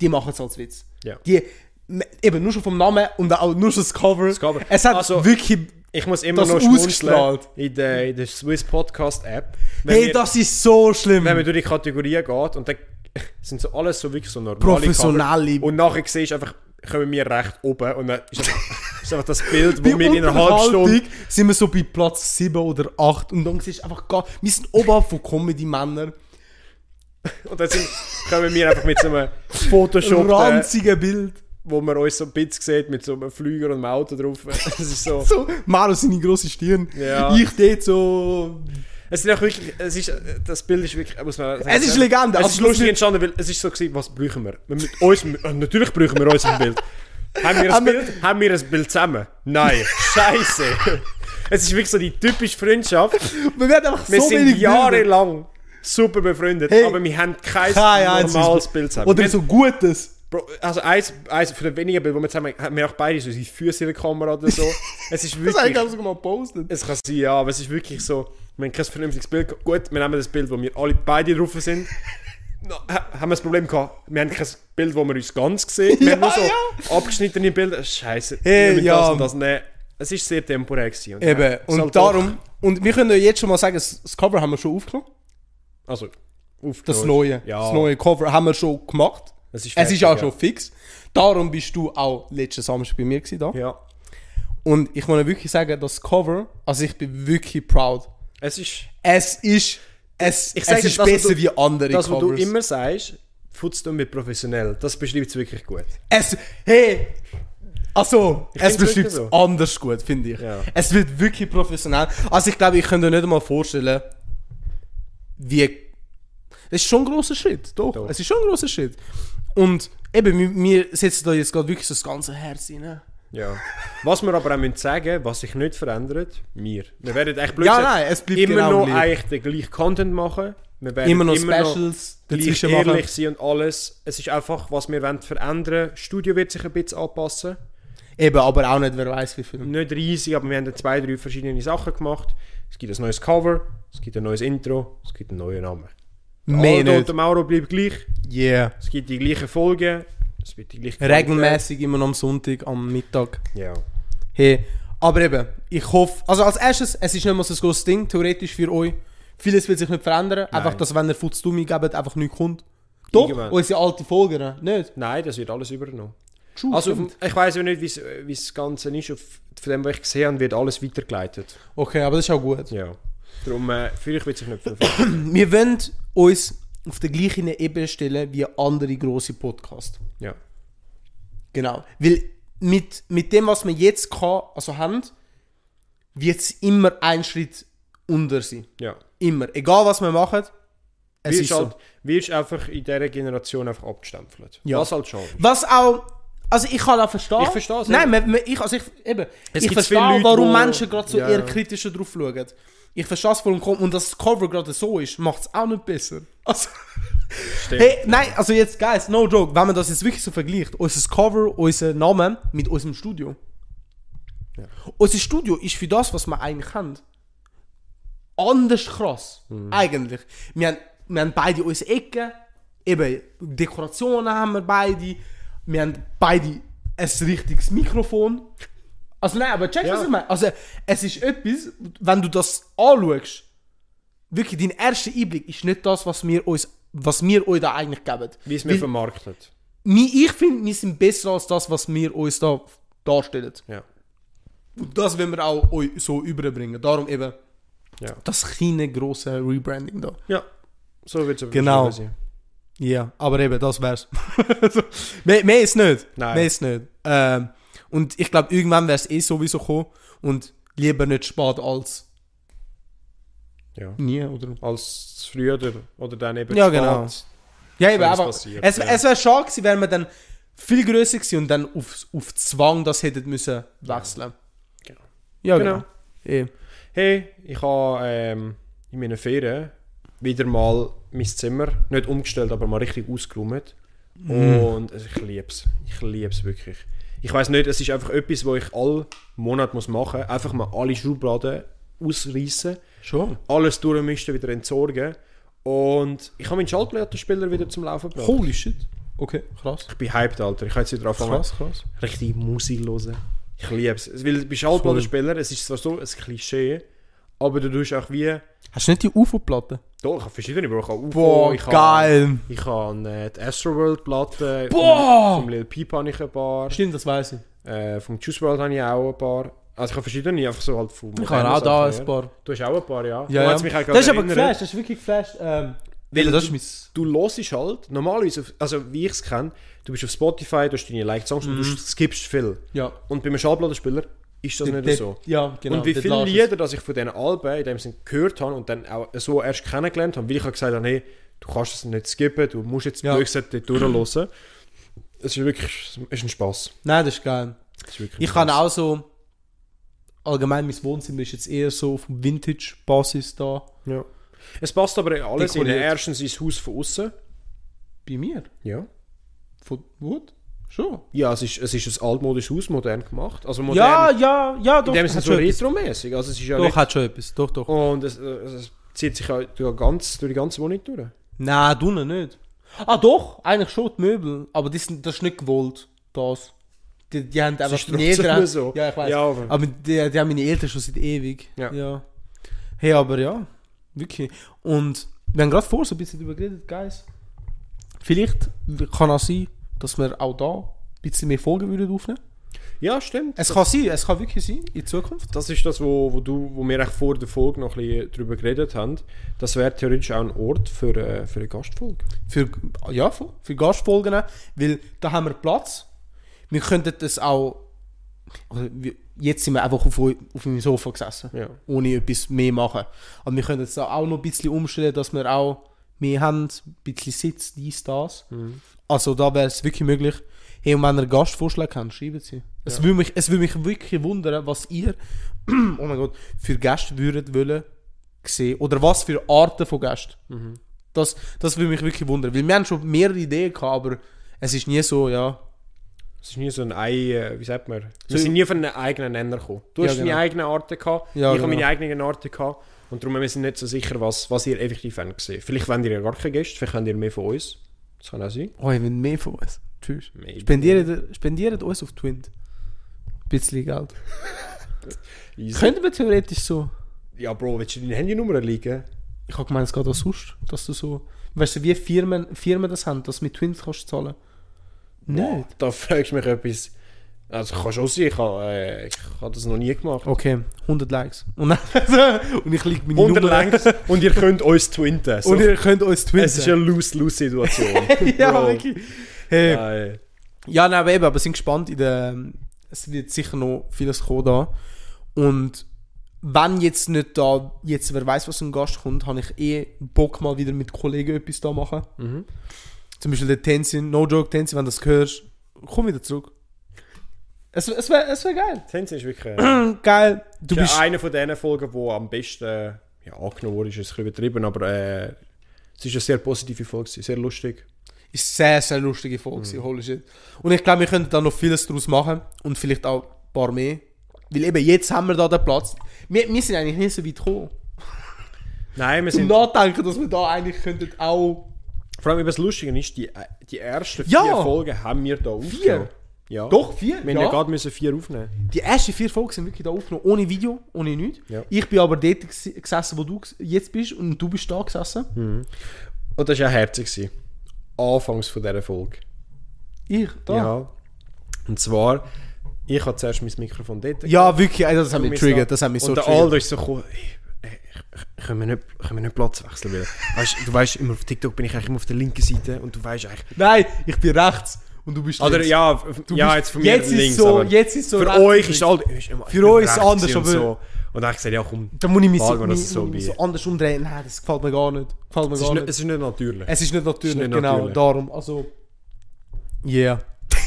die machen es als Witz. Ja. Die, m- eben nur schon vom Namen und auch nur schon das Cover. Das Cover. Es hat Also, wirklich, Ich muss immer Das noch schmunzeln ausgestrahlt. in der, in der Swiss Podcast App. Wenn, hey, wir, das ist so schlimm. wenn man durch die Kategorien geht und dann sind so alles so wirklich so normale Professionelle. Cover. Und nachher siehst du einfach, kommen wir recht oben und dann ist einfach, ist einfach das Bild, wo Bei wir in einer halben Unterhaltung Stunde... sind wir so bei Platz 7 oder 8 und dann siehst du einfach gar, wir sind oberhalb von Comedy-Männern. Und dann sind, kommen wir einfach mit so einem Photoshop, äh, Ranzige Bild. wo man uns so ein bisschen sieht, mit so einem Flüger und einem Auto drauf. Es ist so... So, Maro seine grosse Stirn. Ja. Ich dort so... Es ist auch wirklich, es ist, das Bild ist wirklich, muss man sagen. Es ist Legende, Es also ist das lustig ist- entstanden, weil es ist so gewesen, was brauchen wir? wir mit uns, äh, natürlich brauchen wir uns ein Bild. Haben wir ein Haben wir- Bild? Haben wir ein Bild zusammen? Nein. Scheiße. es ist wirklich so die typische Freundschaft. Wir werden einfach Wir so sind wenig Bilder. jahrelang super befreundet, Hey. aber wir haben kein Kein normales einziges Bild zusammen. Oder wir, so Gutes. Bro, also eins, eins von den wenigen Bildern, die wir zusammen haben, haben wir auch beide so unsere Füße in der Kamera oder so. es ist Das habe ich wirklich... glaube ich sogar mal gepostet. Es kann sein, ja, aber es ist wirklich so, wir haben kein vernünftiges Bild. gehabt. Gut, wir nehmen das Bild, wo wir alle beide drauf sind. No, ha, haben wir das Problem gehabt, wir haben kein Bild, wo wir uns ganz sehen. Wir haben nur Ja, so abgeschnittene Bilder. Scheiße, Hey, wir müssen ja. das und das nehmen. Es ist sehr temporär gewesen. Und ja, Eben, es ist und halt darum. Und wir können ja jetzt schon mal sagen, das das Cover haben wir schon aufgenommen. Doch, also, Das aufgenommen. neue. Ja, Das neue Cover haben wir schon gemacht. Es ist es fertig, ist auch ja. schon fix. Darum bist du auch letzten Samstag bei mir gewesen, da. Ja, Und ich muss wirklich sagen, das Cover, also ich bin wirklich proud. es ist Es ist, es, Ich ich sag es dir, ist das, was besser du- wie andere das, was Covers. du immer sagst. Futztum mit professionell. Das beschreibt es wirklich gut. Es, hey, also, es find's wirklich beschreibt es so. anders gut, finde ich. Ja. Es wird wirklich professionell. Also ich glaube, ich könnte mir nicht einmal vorstellen, wie... Es ist schon ein grosser Schritt, doch. Doch. Es ist schon ein grosser Schritt. Und eben, wir, wir setzen da jetzt gerade wirklich so das ganze Herz rein. Ja. Was wir aber auch müssen sagen was sich nicht verändert, wir. Wir werden echt blöd Ja, gesagt, nein, es bleibt immer genau noch gleich. eigentlich den gleichen Content machen. Wir werden Immer noch Specials gleich dazwischen machen. ehrlich sein und alles. Es ist einfach, was wir wollen verändern. Das Studio wird sich ein bisschen anpassen. Eben, aber auch nicht, wer weiß wie viel. Nicht riesig, aber wir haben dann zwei, drei verschiedene Sachen gemacht. Es gibt ein neues Cover, es gibt ein neues Intro, es gibt einen neuen Namen. Der Mehr Aldo und nicht. der Mauro bleiben gleich. Yeah. Es gibt die gleichen Folgen. Es wird die gleiche Qualität. Regelmäßig immer noch am Sonntag, am Mittag. Ja. Hey, aber eben, ich hoffe, also als erstes, es ist nicht mal so ein großes Ding, theoretisch für euch. Vieles will sich nicht verändern, einfach, dass wenn ihr Futz Dummi gebt, einfach nichts kommt. Doch, Irgendwann. unsere alten Folgen, ne? nicht? Nein, das wird alles übernommen. True, Also, stimmt. auf- ich weiß ja nicht, wie das Ganze ist. Auf, von dem, was ich gesehen habe, wird alles weitergeleitet. Okay, aber das ist auch gut. Ja. Darum, äh, für euch wird sich nicht viel verändern. Wir wollen uns auf der gleichen Ebene stellen wie andere grosse Podcasts. Ja. Genau. Weil mit, mit dem, was wir jetzt kann, also haben, wird es immer ein Schritt unter sein. Ja. Immer. Egal was wir machen, es Wirst, ist so. halt, wirst einfach in dieser Generation einfach abgestempelt. Ja. Was halt schade. ist. Was auch. Also ich kann auch verstehen. Ich verstehe es, Nein, man, man, ich, also ich, eben, ich gibt verstehe, viele Leute, warum wo- Menschen gerade so Ja. eher kritischer drauf schauen. Ich verstehe es vollkommen. Und dass das Cover gerade so ist, macht es auch nicht besser. Also, Stimmt. hey, nein, also jetzt, guys, no joke, wenn man das jetzt wirklich so vergleicht, unser Cover, unser Name mit unserem Studio. Ja. Unser Studio ist für das, was man eigentlich haben, anders krass. Mhm. Eigentlich. Wir haben, wir haben beide unsere Ecken, eben Dekorationen haben wir beide, wir haben beide ein richtiges Mikrofon. Also nein, aber check, Ja. was ich meine. Also es ist etwas, wenn du das anschaust, wirklich dein erster Einblick ist nicht das, was wir uns was wir euch da eigentlich geben. Wie es mir Weil vermarktet. mi- ich finde, wir sind besser als das, was wir uns da darstellen. Ja. Und das wollen wir auch euch so überbringen. Darum eben Ja. das kleine, große Rebranding da. ja. So wird es Genau. sein. Ja, aber eben, das wär's. so, mehr, mehr ist nicht. Nein. Mehr ist nicht. Ähm, und ich glaube, irgendwann wär's eh sowieso gekommen. Und lieber nicht spät als Ja. Nie, oder? Als früher oder dann eben Ja, zu genau. spät. Ja, eben, Wenn es aber passiert, es, ja. es wäre schade gewesen, wenn wir dann viel grösser gewesen und dann auf, auf Zwang das hätten müssen wechseln. Genau. Ja, Genau. genau. Eh. Hey, ich habe ähm, in meinen Ferien wieder mal mein Zimmer nicht umgestellt, aber mal richtig ausgeräumt. Und also ich liebe es. Ich liebe es wirklich. Ich weiß nicht, es ist einfach etwas, was ich alle Monate muss machen muss. Einfach mal alle Schubladen ausreißen, Schon. alles durchmischen, wieder entsorgen. Und ich habe meinen Schallplattenspieler wieder zum Laufen gebracht. Holy shit. Okay, krass. Ich bin hyped, Alter. Ich kann jetzt wieder anfangen. Krass, krass. richtig Musik hören. Ich liebe es. Weil bei Schallplattenspielern, es ist zwar so ein Klischee, aber du tust auch wie... Hast du nicht die UFO-Platte? Doch, ich habe verschiedene, Bro. Ich habe UFO, Boah, ich Habe, geil. ich habe äh, die Astroworld-Platte. Boah! Vom, vom eh, Lil Peep habe ich ein paar. Stimmt, das weiß ich. Äh, vom Juice WRLD habe ich auch ein paar. Ah, Also ich habe verschiedene, einfach so halt von... Ich habe auch da ein paar. Du hast auch ein paar, ja. Ja, Du ja. hast mich auch das ist gerade aber erinnert. geflasht, das ist wirklich geflasht. Ähm, Weil das du- ist mein... du hörst halt, normalerweise, auf, also wie ich es kenne, du bist auf Spotify, du hast deine Like-Songs und du skippst viel. Mhm. Ja. Und bei einem Schallplattenspieler ist das nicht Der- so. Ja, genau. und wie der viele Lars ist- Lieder, dass ich von diesen Alben in dem Sinn gehört habe und dann auch so erst kennengelernt habe, weil ich habe gesagt habe, hey, du kannst das nicht skippen, du musst jetzt Ja. ja. dort durchhören. Es ist wirklich es ist ein Spass. Nein, das ist geil. Es ist wirklich ein Ich kann Spass. auch so... Allgemein, mein Wohnzimmer ist jetzt eher so auf Vintage-Basis da. Ja. Es passt aber in alles in Dekoriert. erstens ins Haus von außen. Bei mir? Ja. Von Wood? Schon. Ja, es ist, es ist ein altmodisches Haus, modern gemacht. Also modern, Ja, ja, ja, doch. in dem hat Sinne so schon etwas. retromäßig. Also es ist ja Doch, recht- hat schon etwas. Doch, doch. Und es, äh, es zieht sich auch durch, ganz, durch die ganze Wohnung durch. Nein, du nicht. Ah doch, eigentlich schon die Möbel. Aber das, sind- das ist nicht gewollt, das. Die, die haben einfach ist meine Eltern... trotzdem so. Ja, ich weiß. Ja, aber aber- die, die haben meine Eltern schon seit ewig. Ja. Hey, aber ja, wirklich. Und wir haben gerade vor so ein bisschen darüber geredet, Guys. Vielleicht kann auch sein, dass wir auch da ein bisschen mehr Folgen würden aufnehmen. Ja, stimmt. Es kann sein, es kann wirklich sein, in Zukunft. Das ist das, wo, wo, du, wo wir echt vor der Folge noch ein bisschen drüber geredet haben. Das wäre theoretisch auch ein Ort für, äh, für eine Gastfolge. für, ja, voll, für Gastfolgen, weil da haben wir Platz. Wir könnten das auch. also wir- Jetzt sind wir einfach auf, auf meinem Sofa gesessen, Ja. ohne etwas mehr machen. Aber wir können das auch noch ein bisschen umstellen, dass wir auch mehr haben, ein bisschen Sitz, dies, das. Also da wäre es wirklich möglich. Hey, und wenn ihr Gastvorschläge habt, schreiben sie. Es, würde mich, es würde mich wirklich wundern, was ihr, oh mein Gott, für Gäste würdet wollen sehen. Oder was für Arten von Gästen. Das, das würde mich wirklich wundern. Weil wir haben schon mehrere Ideen gehabt, aber es ist nie so, ja. Es ist nie so ein Ei, äh, wie sagt man? Wir So- sind nie von einem eigenen Nenner gekommen. Du Ja, hast genau. deine eigenen Arten gehabt, Ja, ich habe genau. meine eigenen Arten gehabt. Und darum wir sind wir nicht so sicher, was, was ihr effektiv habt gesehen. Vielleicht wollt ihr ja gar keine Gäste, vielleicht wollt ihr mehr von uns. Das kann auch sein. Oh, ich will mehr von uns. Tschüss. Maybe. Spendiert, spendiert uns auf Twint. Ein bisschen Geld. Easy. Könnten wir theoretisch so. Ja, Bro, willst du deine Handynummer liegen? Ich habe gemeint, es geht auch sonst, dass du so. Weißt du, wie Firmen, Firmen das haben, dass du mit Twint kannst zahlen? Nicht. Da fragst du mich etwas. Also kann schon sein, ich habe, äh, ich habe das noch nie gemacht. Okay, 100 Likes. Und, dann- und ich liege meine 100 Nummer. Likes und ihr könnt uns twinten. So. Und ihr könnt uns twinten. es ist eine Lose-Lose-Situation. ja, Bro. wirklich. Hey. Nein. Ja, nein, aber eben, aber sind gespannt. In der, es wird sicher noch vieles kommen da. Und wenn jetzt nicht da, jetzt wer weiß, was ein Gast kommt, habe ich eh Bock mal wieder mit Kollegen etwas da machen. Zum Beispiel der Tenzin, no joke Tenzin, wenn du das hörst, komm wieder zurück. Es, es wäre es wär geil. Tänze ist wirklich äh, Geil. Du bist. ja, eine von diesen Folgen, die am besten äh, ja, angenommen wurde, ist ein bisschen übertrieben, aber äh, es ist eine sehr positive Folge, gewesen, sehr lustig. ist sehr, sehr lustige Folge, mhm. holy shit. Und ich glaube, wir könnten da noch vieles draus machen und vielleicht auch ein paar mehr. Weil eben jetzt haben wir da den Platz. Wir, wir sind eigentlich nicht so weit gekommen. Nein, wir zum sind... Nachdenken, dass wir da eigentlich könnten auch. Vor allem eben das Lustige ist, die, äh, die ersten Ja. vier Folgen haben wir da aufgenommen. Ja. Doch, vier? Wir ja. haben ja gerade müssen vier aufnehmen. Die ersten vier Folgen sind wirklich da aufgenommen, ohne Video, ohne nichts. Ja. Ich bin aber dort gsi- gesessen, wo du gs- jetzt bist und du bist da gesessen. Hm. Und das war auch herzig. gewesen. Anfangs von dieser Folge. Ich, da. Ja, Ja. Und zwar, ich habe zuerst mein Mikrofon dort. wirklich, also das hat mich Mir getriggert, so- das hat mich so Und der getriggert. Aldo ist so cool. Ey, ey, Können wir, nicht, können wir nicht Platz wechseln? Weil, weißt, du weißt, immer auf TikTok bin ich eigentlich immer auf der linken Seite und du weißt eigentlich. Nein, ich bin rechts und du bist Oder links. ja, f- Du ja bist- jetzt von mir jetzt links. Ist so, aber jetzt ist so für rechts euch und ist halt- links. all. Für euch ist anders, Und, aber- so. Und dann habe ich gesagt, ja komm, Da muss ich mich, so, Wagen, dass mich, es so mich so wie- anders umdrehen. Nein, das gefällt mir gar nicht. Gefällt mir es gar ist, nicht, nicht. es ist nicht natürlich. Es ist nicht natürlich, Es ist nicht genau, natürlich. darum. Also. Yeah.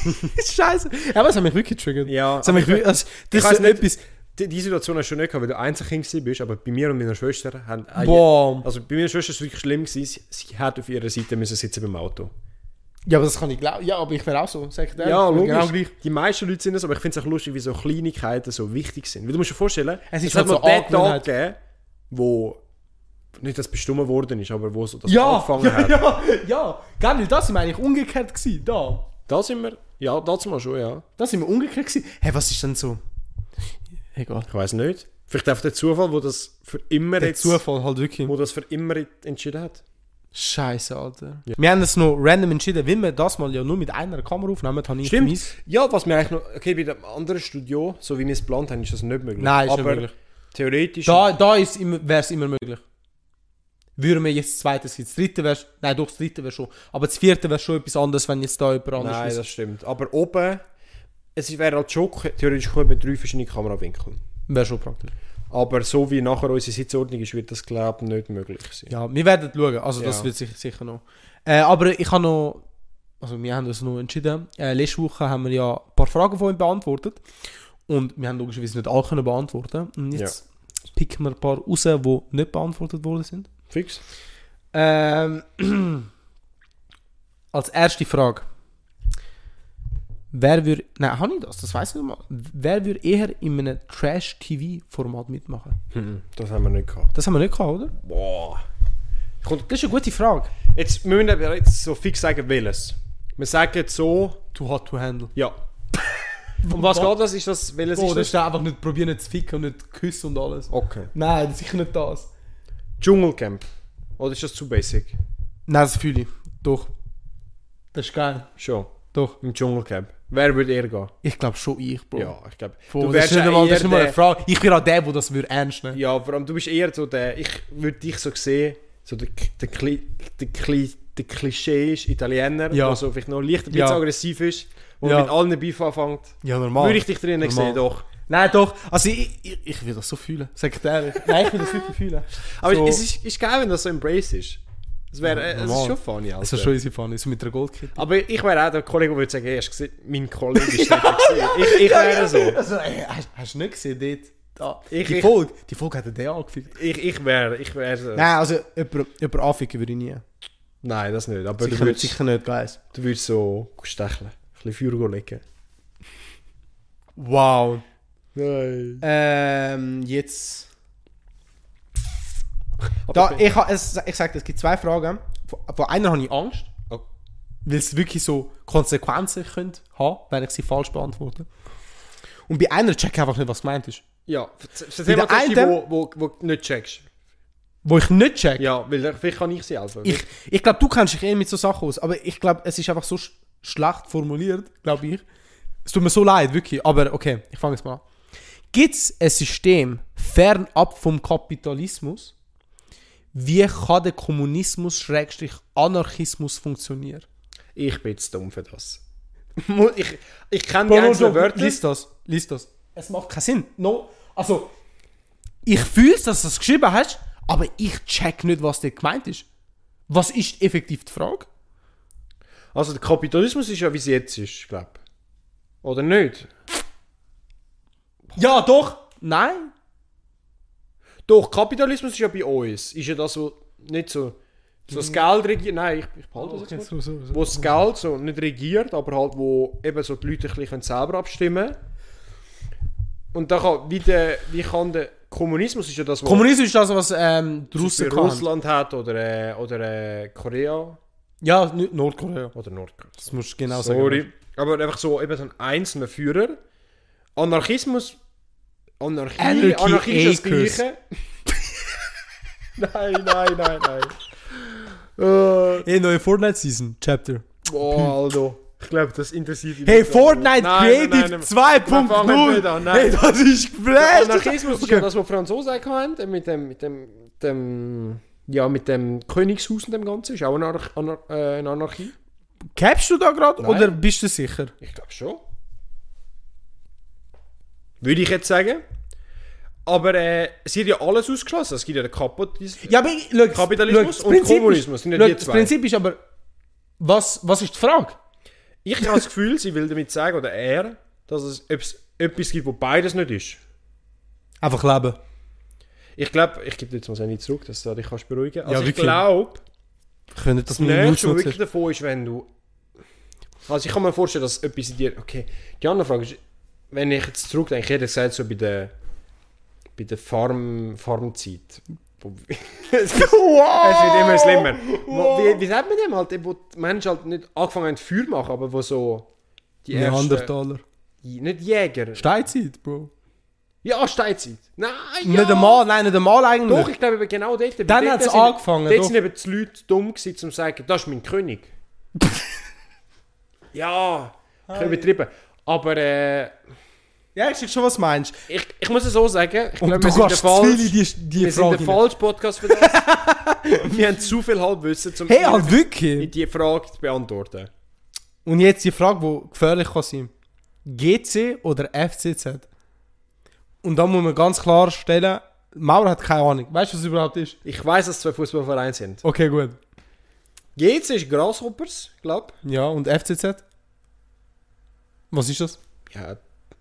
Scheiße. Aber es hat mich wirklich getriggert. Ja, Es hat mich aber ich- wirklich, also, das ich ist weiß so nicht- etwas. die, die Situation hast du schon nicht gehabt, weil du Einzelkind warst, aber bei mir und meiner Schwester haben... ah, Boah. Also bei meiner Schwester war es wirklich schlimm, gewesen, sie, sie hat auf ihrer Seite müssen sitzen beim Auto. Ja, aber das kann ich glauben. Ja, aber ich wäre auch so. Sag ich dir Ja, ehrlich, logisch. ich bin Genau gleich. Die meisten Leute sind es, aber ich finde es auch lustig, wie so Kleinigkeiten so wichtig sind. Weil du musst dir vorstellen, Es ist hat halt mal so den Tag Angewohnheit. gegeben, wo nicht das bestimmt worden ist, aber wo so das Ja, angefangen ja, hat. ja, ja. Geil, das war eigentlich umgekehrt gewesen. Da. Da sind wir, ja, dazu mal schon, ja. Das sind wir umgekehrt gewesen. Hey, was ist denn so? Egal. Ich weiß nicht. Vielleicht einfach der Zufall, wo das für immer Der jetzt, Zufall halt wirklich. wo das für immer entschieden hat. Scheiße, Alter. Wir haben es noch random entschieden, weil wir das mal ja nur mit einer Kamera aufnehmen, habe ich Stimmt. vermisst. Ja, was mir eigentlich noch, okay, bei dem anderen Studio, so wie wir es geplant haben, ist das nicht möglich. Nein, ist nicht aber möglich. theoretisch. Da, da ist immer- wäre es immer möglich. Würden wir jetzt das zweite sein, das dritte wäre Nein, doch, das dritte wäre schon. Aber das vierte wäre schon etwas anderes, wenn jetzt da jemand anders Nein, ist. das stimmt. Aber oben, es wäre halt schon theoretisch cool mit drei verschiedenen Kamerawinkeln. Wäre schon praktisch. Aber so wie nachher unsere Sitzordnung ist, wird das, glaube ich, nicht möglich sein. Ja, wir werden schauen. Also, das Ja. wird sich sicher noch. Äh, aber ich habe noch. Also, wir haben uns noch entschieden. Äh, letzte Woche haben wir ja ein paar Fragen von ihm beantwortet. Und wir haben logischerweise nicht alle können beantworten. Und jetzt picken wir ein paar raus, die nicht beantwortet worden sind. Fix. Ähm, als erste Frage. Wer würde. Nein, habe ich das? Das weiß ich nicht mal. Wer würde eher in einem Trash-TV-Format mitmachen? Mhm. Das haben wir nicht gehabt. Das haben wir nicht gehabt, oder? Boah. Das ist eine gute Frage. Jetzt müssen wir jetzt so fix sagen, welches. Wir sagen so, Too hot to handle. ja. Um was geht das? Ist das, welches Oh, das Oh. ist ist das? dann einfach nicht probieren nicht zu ficken und nicht küssen und alles. Okay. Nein, sicher nicht das. Dschungelcamp. Oder ist das zu basic? Nein, das fühle ich. Doch. Das ist geil. Schon. Doch. Im Dschungelcamp. Wer würde eher gehen? Ich glaube schon ich, Bro. Ja, ich glaube. Bro, Oh. das ist nicht ja mal, das eher ist nicht mal eine der- Frage. Ich bin auch der, der das würde ernst nehmen. Ja, vor allem du bist eher so der, ich würde dich so sehen, so der, K- der, Kli, der, Kli, der Klischee ist Italiener, Ja. der so vielleicht noch leicht ein bisschen Ja. aggressiv ist, wo Ja. mit allen Beef anfängt. Ja, normal. Würde ich dich drinnen Normal. sehen, doch. Nein, doch. Also ich, ich, ich will das so fühlen. Sag ich dir ehrlich. Nein, ich will das wirklich fühlen. Aber so, es ist, ist geil, wenn das so embrace ist. Es, wär, äh, es ist normal. schon funny, Alter. Das ist schon easy funny. So mit einer Goldkette. Aber ich wäre auch der Kollege, der würde sagen, hey, hast du gesehen, mein Kollege ist nicht da gewesen. Ich, ich wäre so. Also, ey, hast, hast du nicht gesehen dort? Da. Ich- Ah, die, ich- Folge, die Folge hat er den angefickt. Ich, ich wäre, ich wäre... Nein. Nein, also jemand, jemand anficken würde ich nie. Nein, das nicht. Aber du Sicher nicht, würdest, sicher nicht, guys. du würdest so stecheln. Ein bisschen Feuer legen. Wow. Nein. Ähm, jetzt. Aber Da, ich, ha- es, ich sag, dir, es gibt zwei Fragen. Von, von einer habe ich Angst, Oh. weil es wirklich so Konsequenzen könnte haben, wenn ich sie falsch beantworte. Und bei einer check ich einfach nicht, was gemeint ist. Ja, erzähl Bei mal der die, einen- wo, wo, wo du nicht checkst. Wo ich nicht check. Ja, weil vielleicht kann ich sie helfen. Ich, ich glaube, du kennst dich eher mit so Sachen aus, aber ich glaube, es ist einfach so sch schlecht formuliert, glaube ich. Es tut mir so leid, wirklich. Aber okay, ich fange es mal an. Gibt es ein System fernab vom Kapitalismus? Wie kann der Kommunismus Schrägstrich Anarchismus funktionieren? ich bin zu dumm für das. Mu- ich ich kenne die Bro, einzelnen Bro, Wörter. also, Lies das, lies das. Es macht keinen Sinn. No. Also, ich fühle dass du es geschrieben hast, aber ich check nicht, was dort gemeint ist. Was ist effektiv die Frage? Also der Kapitalismus ist ja, wie es jetzt ist, glaube ich. Oder nicht? Ja, doch. Nein, Doch, Kapitalismus ist ja bei uns. Ist ja das, wo nicht so... So Mhm. das Geld regiert... Nein, ich, ich behalte das jetzt. so, so, so. Wo das Geld so nicht regiert, aber halt wo eben so die Leute ein bisschen können selber abstimmen Und da kann... Wie, der, wie kann der... Kommunismus ist ja das, wo... Kommunismus ist das, was ähm, die Russen Russen kann. Russland hat oder, äh, oder äh, Korea Ja, N- Nordkorea. oder Nordkorea. Das musst du genau Sorry. sagen. Aber einfach so eben so ein einzelner Führer. Anarchismus. Anarchie, Anarchy Anarchie ist das Acres. Gleiche. nein, nein, nein, nein. Äh, Hey, neue Fortnite-Season, Chapter. boah, Aldo. Hm. Ich glaube, das interessiert Hey, Fortnite Creative 2.0! Hey, Hey, das ist geflasht! Anarchismus ist ja das, was die Franzosen auch hatten, mit dem, mit dem, dem, ja, mit dem Königshaus und dem Ganzen, ist auch eine, Anar Anar äh, eine Anarchie. Capst du da gerade Nein. oder bist du sicher? Ich glaube schon. Würde ich jetzt sagen. Aber äh, sie hat ja alles ausgeschlossen. Es gibt ja den Kapot Ja, aber ich- schau, Kapitalismus schau, das und Prinzip Kommunismus Ist, sind ja schau, die Das zwei. Prinzip ist aber, was, was ist die Frage? Ich habe das Gefühl, sie will damit sagen, oder er, dass es ob's etwas gibt, wo beides nicht ist. Einfach leben. Ich glaube, ich gebe dir jetzt mal Sandy zurück, dass du dich kannst beruhigen kannst. Also ich wirklich. glaube, Können das das Nächste, was nur wirklich davon ist, wenn du... Also ich kann mir vorstellen, dass etwas in dir... Okay, die andere Frage ist, wenn ich jetzt zurückdenke, ich hätte gesagt, so bei der... bei der Farm... Farmzeit. Wo- es wird es wird immer schlimmer. Wo- Wie, wie sagt man dem halt, wo die Menschen halt nicht angefangen haben, Feuer zu machen, aber wo so... Die ersten... Neandertaler. Nicht Jäger. Steinzeit, Bro. Ja, Steinzeit. Nein, ja. Nicht einmal, nein, nicht einmal eigentlich. Doch, ich glaube eben genau dort. weil Dann dort hat's sind- angefangen, Dort doch. sind eben die Leute dumm gewesen, um zu sagen, das ist mein König. ja, ich übertrieben. Aber äh, Ja, ich sehe schon, was du meinst. ich, ich muss es so sagen, ich Und glaube, du wir sind der kannst zu viele falsche, die, die wir sind Frage. der rein. falsche Podcast für das. wir haben zu viel Halbwissen, um Hey, halt die- wirklich. die Frage zu beantworten. Und jetzt die Frage, die gefährlich kann sein. GC oder FCZ? Und da muss man ganz klar stellen, Maurer hat keine Ahnung. Weißt du, was es überhaupt ist? Ich weiß, dass es zwei Fußballvereine sind. Okay, gut. Jetzt ist Grasshoppers, glaube Ja, und FCZ? Was ist das? ich. Ja,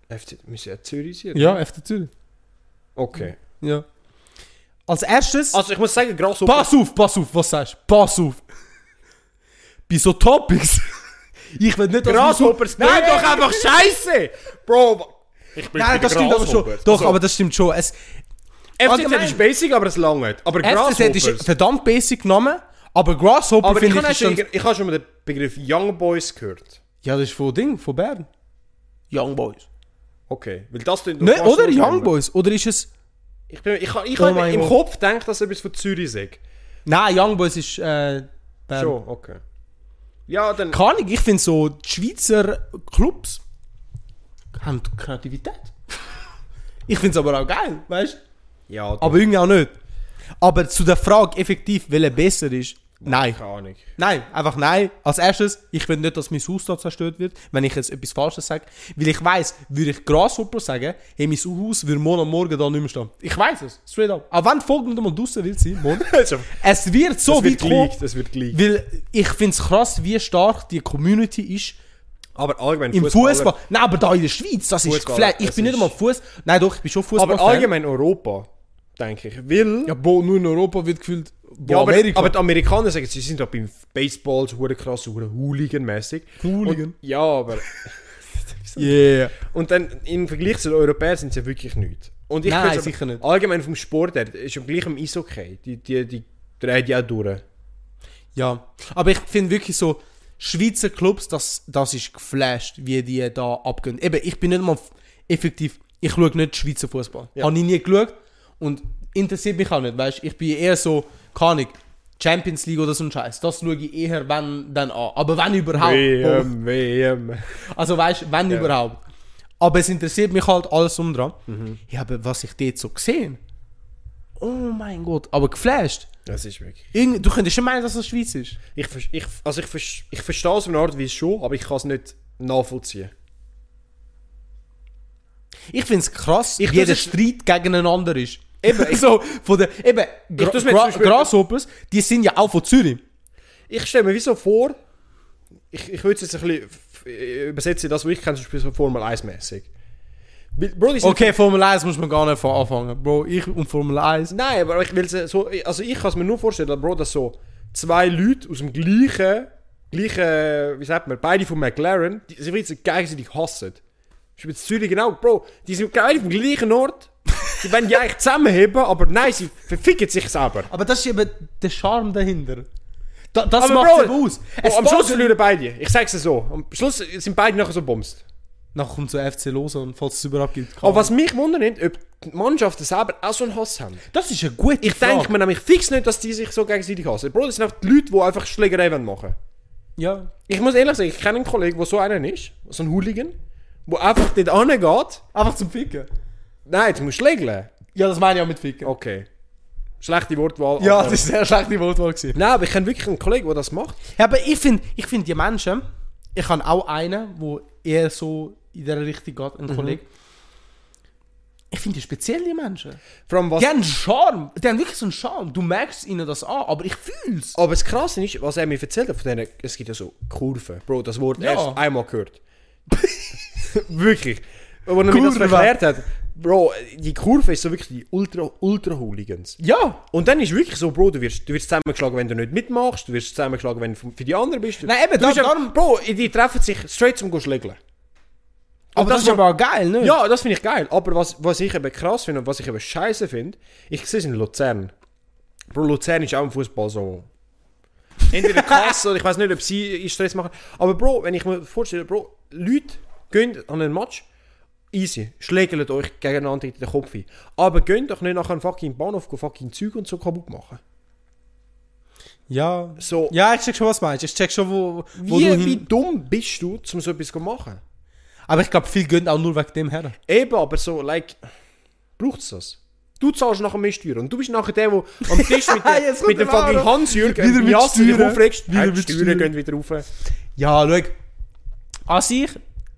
FC, müssen ja Zürich sein. Ja, FCZ. Okay. Ja. Als erstes... Also ich muss sagen, Grasshoppers. Pass auf, pass auf, was sagst du? Pass auf. Bei so Topics. Ich will nicht, dass Grasshoppers Nein, nein, nein, doch einfach Scheiße! Bro! Ich bin Nein, das stimmt aber schon. Doch, aber das stimmt schon. Es, FCZ allgemein- ist basic, aber es langt. Aber FCZ ist Grasshoppers... verdammt basic genommen, aber Grasshopper Aber ich finde ich, habe ist dann, schon, ich habe schon mal den Begriff Young Boys gehört. Ja, das ist von Ding, von Bern. Young Boys. Okay, weil das tun Ne, oder Young Boys. Oder ist es... Ich, bin, ich, habe- ich Oh Ehm, habe mein im Gott. Kopf gedacht, dass etwas von Zürich sagt. Nein, Young Boys ist äh, Bern. Schon, okay. Ja, dann... Keine Ahnung, ich finde so, die Schweizer Clubs haben Kreativität. ich finde es aber auch geil, weißt du? Ja, doch, Aber irgendwie auch nicht. Aber zu der Frage effektiv, welcher besser ist, nein. keine Ahnung. Nein, einfach nein. Als erstes, ich will nicht, dass mein Haus da zerstört wird, wenn ich jetzt etwas Falsches sage. Weil ich weiß, würde ich Grasshopper sagen, hey, mein Haus würde morgen am Morgen da nicht mehr stehen. Ich weiß es, straight up. Auch wenn die Folge nicht einmal draussen will sein, morgen. Also, es wird so es weit wird kommen, geleakt, es wird geleakt. weil ich finde es krass, wie stark die Community ist Aber allgemein im Fußball. Nein, aber da in der Schweiz, das ist Fußballer, geflasht. Ich das bin nicht ist- einmal Fuß. Nein, doch, ich bin schon Fußball. Aber allgemein Europa, denke ich. Weil... Ja, bo, nur in Europa wird gefühlt. Bo, Ja, aber, Amerika. aber die Amerikaner sagen, sie sind doch beim Baseball so hure krass, so hure hooligan-mäßig. Hooligan? Und, ja, aber... yeah. Und dann im Vergleich zu den Europäern sind sie wirklich nichts. Und ich Nein, find's aber sicher nicht. Allgemein vom Sport her, ist ja gleich im Eishockey. Die, die, die drehen ja auch durch. Ja, aber ich finde wirklich so, Schweizer Clubs, das, das ist geflasht, wie die da abgehen. Eben, ich bin nicht mal f- effektiv, ich schaue nicht Schweizer Fußball. Ja. Habe ich nie geschaut und interessiert mich auch nicht, weißt Ich bin eher so, keine Ahnung, Champions League oder so ein Scheiß. Das schaue ich eher, wenn, dann an. Aber wenn überhaupt. WM, WM. Also weißt du, wenn überhaupt. Aber es interessiert mich halt alles um dran. Ja, aber was ich dort so gesehen. Oh mein Gott, aber geflasht. Das ist wirklich... Irgend, du könntest schon meinen, dass das Schweiz ist. Ich, ver- ich, also ich, ver- ich verstehe es auf eine Art und Weise schon, aber ich kann es nicht nachvollziehen. Ich finde es krass, Ich wie der tu's Streit gegeneinander ist. Eben, so, von der, eben, Gra tu's mir Gra zum Beispiel- Grasshoppers, die sind ja auch von Zürich. Ich stelle mir wie so vor... Ich, ich würde es jetzt ein bisschen f- übersetzen, das, was ich kenne, zum Beispiel so Formel 1-mäßig. Bro, die sind Okay, Formel 1 muss man gar nicht von anfangen, Bro. Ich und Formel 1. Nein, aber ich will so, also ich kann es mir nur vorstellen, Bro, dass so zwei Leute aus dem gleichen, gleichen, wie sagt man, beide von McLaren, die sind jetzt gegenseitig hassen. Ich bin in Zürich genau, Bro, die sind beide vom gleichen Ort. Die wollen ja eigentlich zusammenheben, aber nein, sie verficken sich selber. Aber das ist eben der Charme dahinter. Da, das Aber macht Bro, eben aus. Oh, am passt- Schluss verlieren beide. Ich sag's dir so. Am Schluss sind beide nachher so bumst. Nachher kommt so FC Losen und falls es überhaupt gibt. keine Aber was mich wundert, ob die Mannschaften selber auch so einen Hass haben. Ahnung. das ist eine gute Ich Frage. denke mir nämlich fix nicht, dass die sich so gegenseitig hassen. Bro, das sind einfach die Leute, die einfach Schlägerei machen wollen. Ja. Ich muss ehrlich sagen, ich kenne einen Kollegen, der so einer ist, so ein Hooligan, der einfach dort angeht. Einfach zum Ficken. Nein, jetzt musst du schlägeln. Ja, das meine ich auch mit Ficken. Okay. Schlechte Wortwahl. Ja, aber- das ist eine schlechte Wortwahl gewesen. Nein, aber ich kenne wirklich einen Kollegen, der das macht. Ja, aber ich finde, ich find die Menschen, ich Mhm. habe auch einen, wo eher so in der Richtung geht, ein Kollege. ich finde die speziell, die Menschen. Vor allem was... Die haben einen Charme. Die haben wirklich so einen Charme. Du merkst ihnen das an, aber ich fühle es. Aber das Krasse ist, was er mir erzählt hat von denen, es gibt ja so Kurven. Bro, das Wort Ja. erst einmal gehört. wirklich. Aber wenn er mir das Kurve. erklärt hat, Bro, die Kurve ist so wirklich die Ultra- Ultra-Hooligans. Ja. Und dann ist wirklich so, Bro, du wirst, du wirst zusammengeschlagen, wenn du nicht mitmachst, du wirst zusammengeschlagen, wenn du für die anderen bist. Du, Nein, eben, du da- bist einfach- darum- Bro, die treffen sich straight zum Schlägeln. Aber das, das ist aber auch geil, ne? Ja, das finde ich geil. Aber was, was ich eben krass finde und was ich eben scheiße finde, ich sehe es in Luzern. Bro, Luzern ist auch im Fußball so. Entweder krass oder ich weiß nicht, ob sie in Stress machen. Aber Bro, wenn ich mir vorstelle, Bro, Leute gehen an einen Match, easy, schlägelt euch gegeneinander in den Kopf ein. Aber geht doch nicht nachher einen fucking Bahnhof gehen fucking Zeug und so kaputt machen. Ja. So, Ja, ich check schon, was du meinst. Ich check schon, wo, wo wie, du wie hin... dumm bist du, um so etwas zu machen? Aber ich glaube, viele gehen auch nur wegen dem her. Eben, aber so, like, braucht es das? Du zahlst nachher mehr Steuern und du bist nachher der, der am Tisch mit, der, Jetzt kommt mit dem der Lauro. fucking Hans-Jürgen Wieder mit Jasse dich Steuern. aufregst, Wieder wieder mit die Steuern Steuern. gehen wieder rauf. Ja, schau. An sich,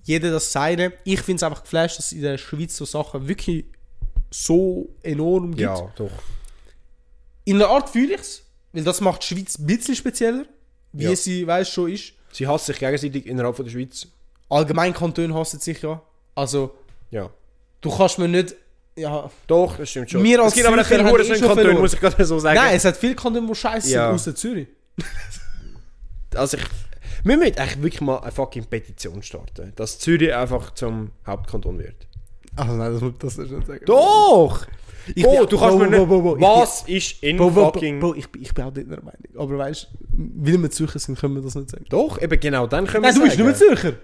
jeder das seine. Ich finde es einfach geflasht, dass es in der Schweiz so Sachen wirklich so enorm gibt. doch. In der Art fühle ich es, weil das macht die Schweiz ein bisschen spezieller, wie Ja. sie, weiß schon ist. Sie hassen sich gegenseitig innerhalb von der Schweiz. Allgemein Kantone hassen sich ja. Also, Ja. du kannst mir nicht... Ja, Doch, das stimmt schon. Wir als es gibt aber noch viele Zürcher haben Huren eh in schon Kanton, verloren. muss ich gerade so sagen. Nein, es hat viele Kantone, die scheiße Ja. sind, außer Zürich. Also ich, wir müssen eigentlich wirklich mal eine fucking Petition starten, dass Zürich einfach zum Hauptkanton wird. Also nein, das muss das nicht sagen. Doch! Ich oh, bin- du Bro, kannst mir nicht... Bro, Bro, Bro, ich was ist in Bro, Bro, Bro, fucking... Bro, ich, bin- ich bin auch nicht der Meinung. Aber weißt du, weil wir Zürcher sind, können wir das nicht sagen. Doch, eben genau, dann können Nein, wir du bist nicht mehr sagen. Zürcher.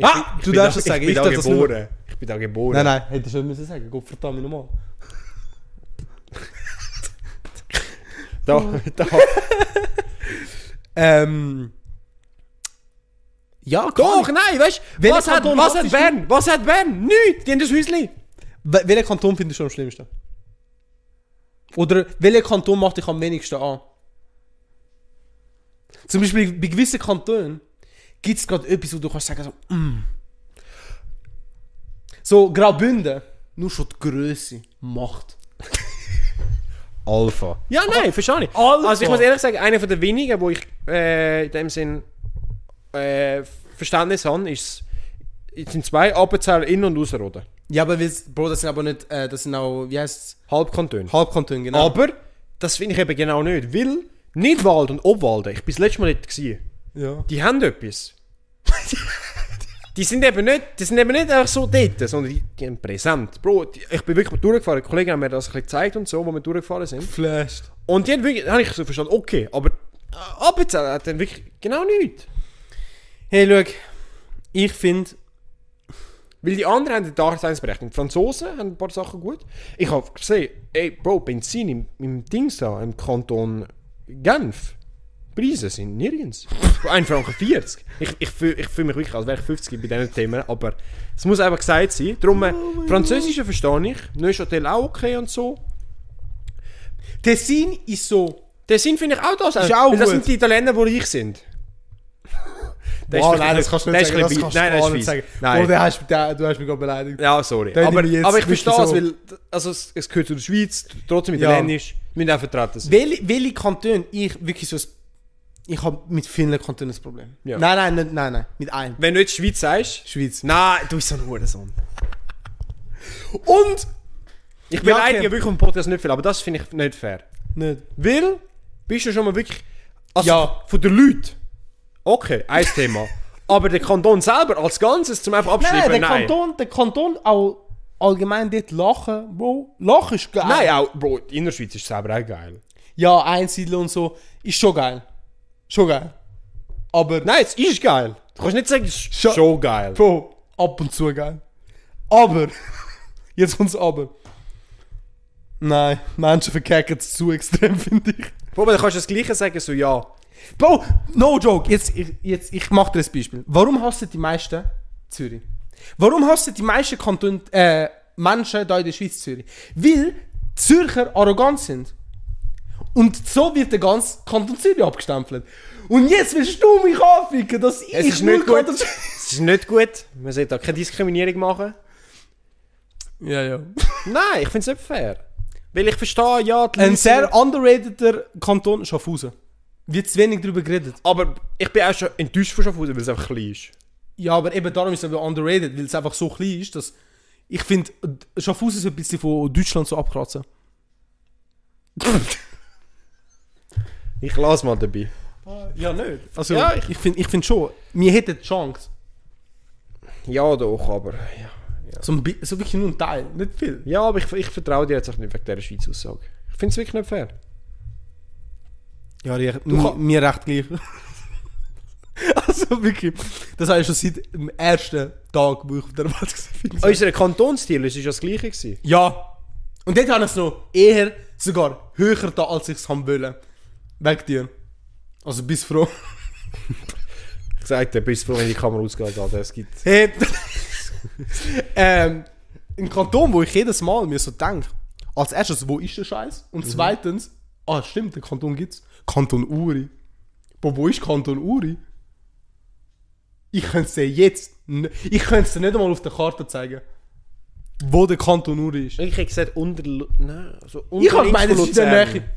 Ich Ah, bin- ich du bin darfst da- es sagen, Ich ich bin da darf das nicht geboren. Ich bin da geboren. Nein, nein, hättest du nicht müssen sagen. Gott verdammt mich nochmal. Da, da. Ähm. Ja, Doch, klar. nein, weißt du, Welcher was hat, Kanton was hast hat du? Bern? Was hat Bern? Nichts, die haben das Häuschen. Wel- Welchen Kanton findest du am schlimmsten? Oder welcher Kanton macht dich am wenigsten an? Zum Beispiel bei gewissen Kantonen gibt es gerade etwas, wo du kannst sagen so, mm. So, Graubünden, nur schon die Größe macht. Alpha. Ja, nein, verstehe ich. Alpha. Also ich muss ehrlich sagen, einer von der wenigen, wo ich äh, in dem Sinn äh, Verständnis habe, ist, es sind zwei Appenzeller in- und ausroden. Ja, aber weil's- Bro, das sind aber nicht, äh, das sind auch, wie heißt Halbkanton. es? Halbkantone, genau. Aber, das finde ich eben genau nicht, weil Nidwald und Obwalden, ich bin das letzte Mal nicht gesehen. ja. die haben etwas. die sind eben nicht, die sind eben nicht einfach so dort, sondern die, die haben präsent. Bro, die, ich bin wirklich mal durchgefahren, die Kollegen haben mir das ein bisschen gezeigt und so, wo wir durchgefahren sind. Geflasht. Und die haben wirklich, da habe ich so verstanden, okay, aber äh, Appenzell hat dann wirklich genau nichts. Hey, schau. Ich finde, Weil die anderen haben die Daseinsberechtigung. Die Franzosen haben ein paar Sachen gut. Ich habe gesehen, ey, Bro, Benzin im, im Dings da, im Kanton Genf. Preise sind nirgends. 1 Franken 40. Ich, ich fühle ich fühl mich wirklich, als wäre ich 50 bei diesen Themen, aber es muss einfach gesagt sein. Darum, Oh äh, Französische verstehe ich, Neuchâtel auch okay und so. Tessin ist so. Tessin finde ich auch das. Ist auch weil das gut. sind die Italiener, die reich sind. Der ist Boah, vielleicht nein, das ein- kannst du der nicht ist sagen. ein Das bisschen- kannst nein, du das gar ist nicht fies. sagen. Nein. Nein. Oder hast, da, du hast mich gerade beleidigt. Ja, sorry. Da hätte Aber, ich jetzt aber ich wirklich verstehe es, so- weil also, es, es gehört zu der Schweiz, trotzdem Ja. italienisch. Wir müssen auch vertreten sein. Welche, welche Kantone ich wirklich so ein, Ich habe mit vielen Kantonen ein Problem. Ja. Nein, nein, nein, nein, nein. Mit einem. Wenn du jetzt Schweiz sagst, Schweiz. nein, du bist so ein Hurensohn. Und. Ich Ja, beleidige okay. wirklich im Podcast nicht viel, aber das finde ich nicht fair. Nicht. Weil, bist du schon mal wirklich... Also, Ja. von den Leuten. Okay, ein Thema. Aber der Kanton selber als Ganzes, zum einfach Nein, abschreiben, nein, der nein. Kanton, der Kanton auch allgemein dort lachen, Bro. Lachen ist geil. Nein, auch, Bro, die Innerschweiz ist selber auch geil. Ja, Einsiedler und so. Ist schon geil. Schon geil. Aber. Nein, es ist geil. Du kannst nicht sagen, es ist Scho- schon geil. Bro, ab und zu geil. Aber, jetzt kommt's aber. Nein, Menschen verkacken es zu extrem, finde ich. Bro, aber dann kannst du das Gleiche sagen, so ja. Bro, no joke, jetzt, ich, jetzt, ich mach dir ein Beispiel. Warum hassen die meisten Zürich? Warum hassen die meisten Kanton, äh, Menschen da in der Schweiz Zürich? Weil Zürcher arrogant sind. Und so wird der ganze Kanton Zürich abgestempelt. Und jetzt willst du mich anficken, dass ich Es ist nur nicht gut. Kanton- Es ist nicht gut. Man sollte da keine Diskriminierung machen. Ja, ja. Nein, ich finde es nicht fair. Weil ich verstehe, ja, die Ein Leute- sehr underrateder Kanton Schaffhausen. Wird zu wenig darüber geredet. Aber ich bin auch schon enttäuscht von Schaffhausen, weil es einfach klein ist. Ja, aber eben darum ist es aber underrated, weil es einfach so klein ist, dass... Ich finde, Schaffhausen ist ein bisschen von Deutschland so abkratzen. Ich lasse mal dabei. Ja, nicht. Also, Ja, ich, finde ich find schon, wir hätten die Chance. Ja, doch, aber... Ja, So, ein bi- so wirklich nur ein Teil, nicht viel. ja aber ich, ich vertraue dir jetzt auch nicht wegen dieser Schweizer Aussage. Ich finde es wirklich nicht fair. Ja, ich, mir, mir recht gleich. also wirklich, das habe ich schon seit dem ersten Tag, wo ich auf der Welt war. Unser Kantonsstil es ist ja das gleiche. Gewesen. Ja. Und dort habe ich es noch eher sogar höher da, als ich es haben wollen. Wegen dir. Also bis froh. Ich sagte, bist froh, wenn die Kamera ausgeht. Alter. Es gibt... Hey. Äh, ähm, ein Kanton, wo ich jedes Mal mir so denke, als erstes, wo ist der Scheiß? Und zweitens, ah stimmt, den Kanton gibt's. Kanton Uri. Wo, wo ist Kanton Uri? Ich könnte es dir jetzt, n- ich könnte es dir nicht einmal auf der Karte zeigen, wo der Kanton Uri ist. Ich hätte gesagt, unter... Lu- Nein, so unter Ich habe links gemeint, von es ist in der Luzern. Nähe.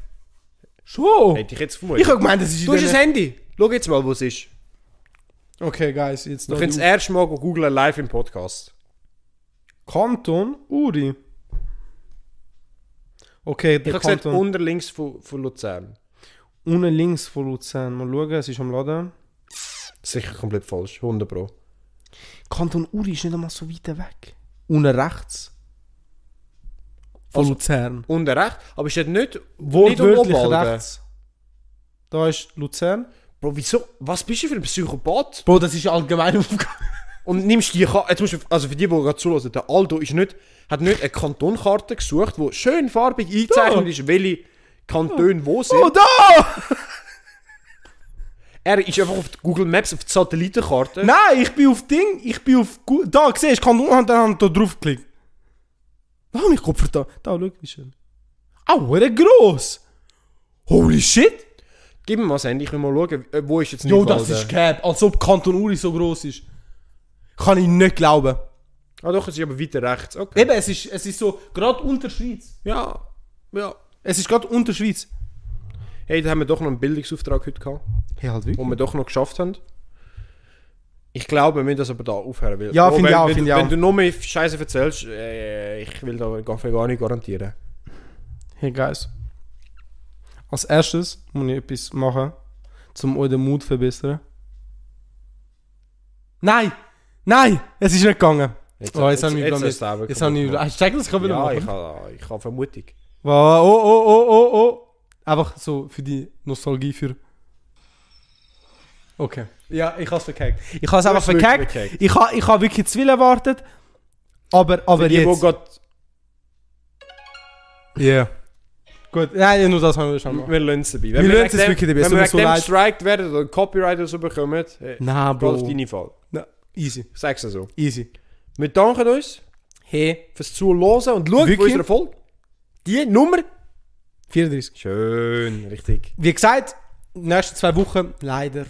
Schon? Hätte ich jetzt vermutet. Ich habe gemeint, es ist Du hast ein Handy. Schau jetzt mal, wo es ist. Okay, guys, jetzt Du noch kannst das die- erste Mal googlen, live im Podcast. Kanton Uri. Okay, Ich der habe gesagt, Kanton unter links von, von Luzern. unten links von Luzern. Mal schauen, es ist am Laden. Sicher komplett falsch, 100 Pro. Kanton Uri ist nicht einmal so weit weg. Unten rechts. Von Luzern. Unten rechts, aber ist das nicht... Wortwörtlich um Obwalden. rechts. Da ist Luzern. Bro, wieso? Was bist du für ein Psychopath? Bro, das ist ja allgemein aufgegangen. Und nimmst die Ka- jetzt musst du, also für die, die gerade zuhören, der Aldo ist nicht, hat nicht eine Kantonkarte gesucht, wo schön farbig eingezeichnet Da. ist, welche Kantone wo sind. Oh, da! Er ist einfach auf die Google Maps, auf die Satellitenkarte. Nein, ich bin auf Ding, ich bin auf... Gu- Da, siehst du, Kanton Uri, und dann habe ich da drauf geklickt. Da habe ich Kopf da. Da, schau, wie schön. Au, der gross! Holy shit! Gib mir mal das Handy, ich will mal schauen, äh, wo ist jetzt Jo, Nidwalden. das ist Cap. Als ob Kanton Uri so gross ist. Kann ich nicht glauben. Ah doch, es ist aber weiter rechts, okay. Eben, es ist, es ist so, gerade unter Schweiz. Ja, ja. Es ist gerade unter Schweiz. Hey, da haben wir doch noch einen Bildungsauftrag heute gehabt, Hey, halt den wirklich. wir doch noch geschafft haben. Ich glaube, wir müssen das aber da aufhören. Weil, Ja, Bro, finde ich wenn- auch, wenn finde du- ich Wenn auch. du nur mehr Scheiße erzählst, äh, ich will da gar gar nicht garantieren. Hey, Guys. Als erstes muss ich etwas machen, um euren Mut zu verbessern. Nein! Nein! Es ist nicht gegangen. Jetzt- oh, jetzt, jetzt- habe ich jetzt mich hast du aber blamiert. Jetzt habe ich... kaputt Hast du gecheckt, was ich wieder Ja, machen ich habe ich hab Vermutung. Wow, Oh, oh, oh, oh, oh. Einfach so für die Nostalgie für. Okay. Ja, ich hab's verkackt. Ich hab's einfach hast wirklich verkackt. verkackt. Ich habe ich hab wirklich zu viel erwartet. Aber, aber Die, wo jetzt. grad, Ja. Gut, nein, nur das haben wir schon mal. wir lassen es dabei. Wenn Wir lassen wegen es dem- wirklich dabei, es tut Wenn wir mir wegen so dem leid. gestrikt werden oder Copyright oder so bekommen, äh, Nein, Bro, auf Bro. deine Fall. Na, easy, Ich sag's dir so. easy. Wir danken uns Hey. fürs Zuhören und schauen Wirklich? von unserer Folge. Die Nummer. 34. Schön, richtig. Wie gesagt, in den nächsten zwei Wochen leider.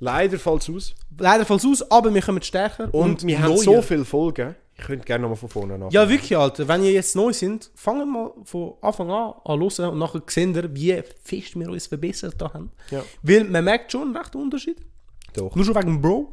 Leider fällt es aus. Leider fällt aus, aber wir kommen stärker. Und, wir haben neuer. so viele Folgen. Ich könnte gerne nochmal von vorne nach. Ja, wirklich, Alter. Wenn ihr jetzt neu sind, fangen mal von Anfang an an hören und nachher seht ihr, wie fest wir uns verbessert da haben. Ja. Weil man merkt schon einen rechten Unterschied. Doch. Nur schon wegen dem Bro.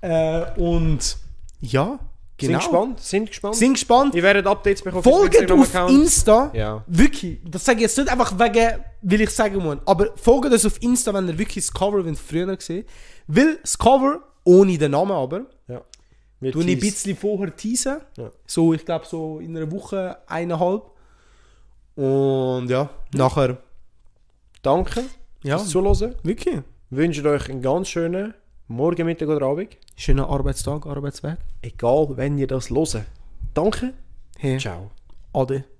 äh, und ja, Sind genau. gespannt? Sind gespannt? Sind gespannt. Ihr werdet Updates bekommen. auf Folgt unserem auf Instagram-Account. Insta. Ja. Wirklich. Das sage ich jetzt nicht einfach wegen, weil ich sagen muss. Aber folgt uns auf Insta, wenn ihr wirklich das Cover wollt früher gesehen Weil das Cover, ohne den Namen aber, Ja. Wir Du ein teasen. bisschen vorher teasen. Ja. So, ich glaube, so in einer Woche, eineinhalb. Und ja, nachher. Danke Ja, fürs Zuhören. wirklich. wünschen euch einen ganz schönen Morgen, Mittag oder Abend. Schöner Arbeitstag, Arbeitsweg. Egal, wenn ihr das hört. Danke. Hey, Ciao. Ade.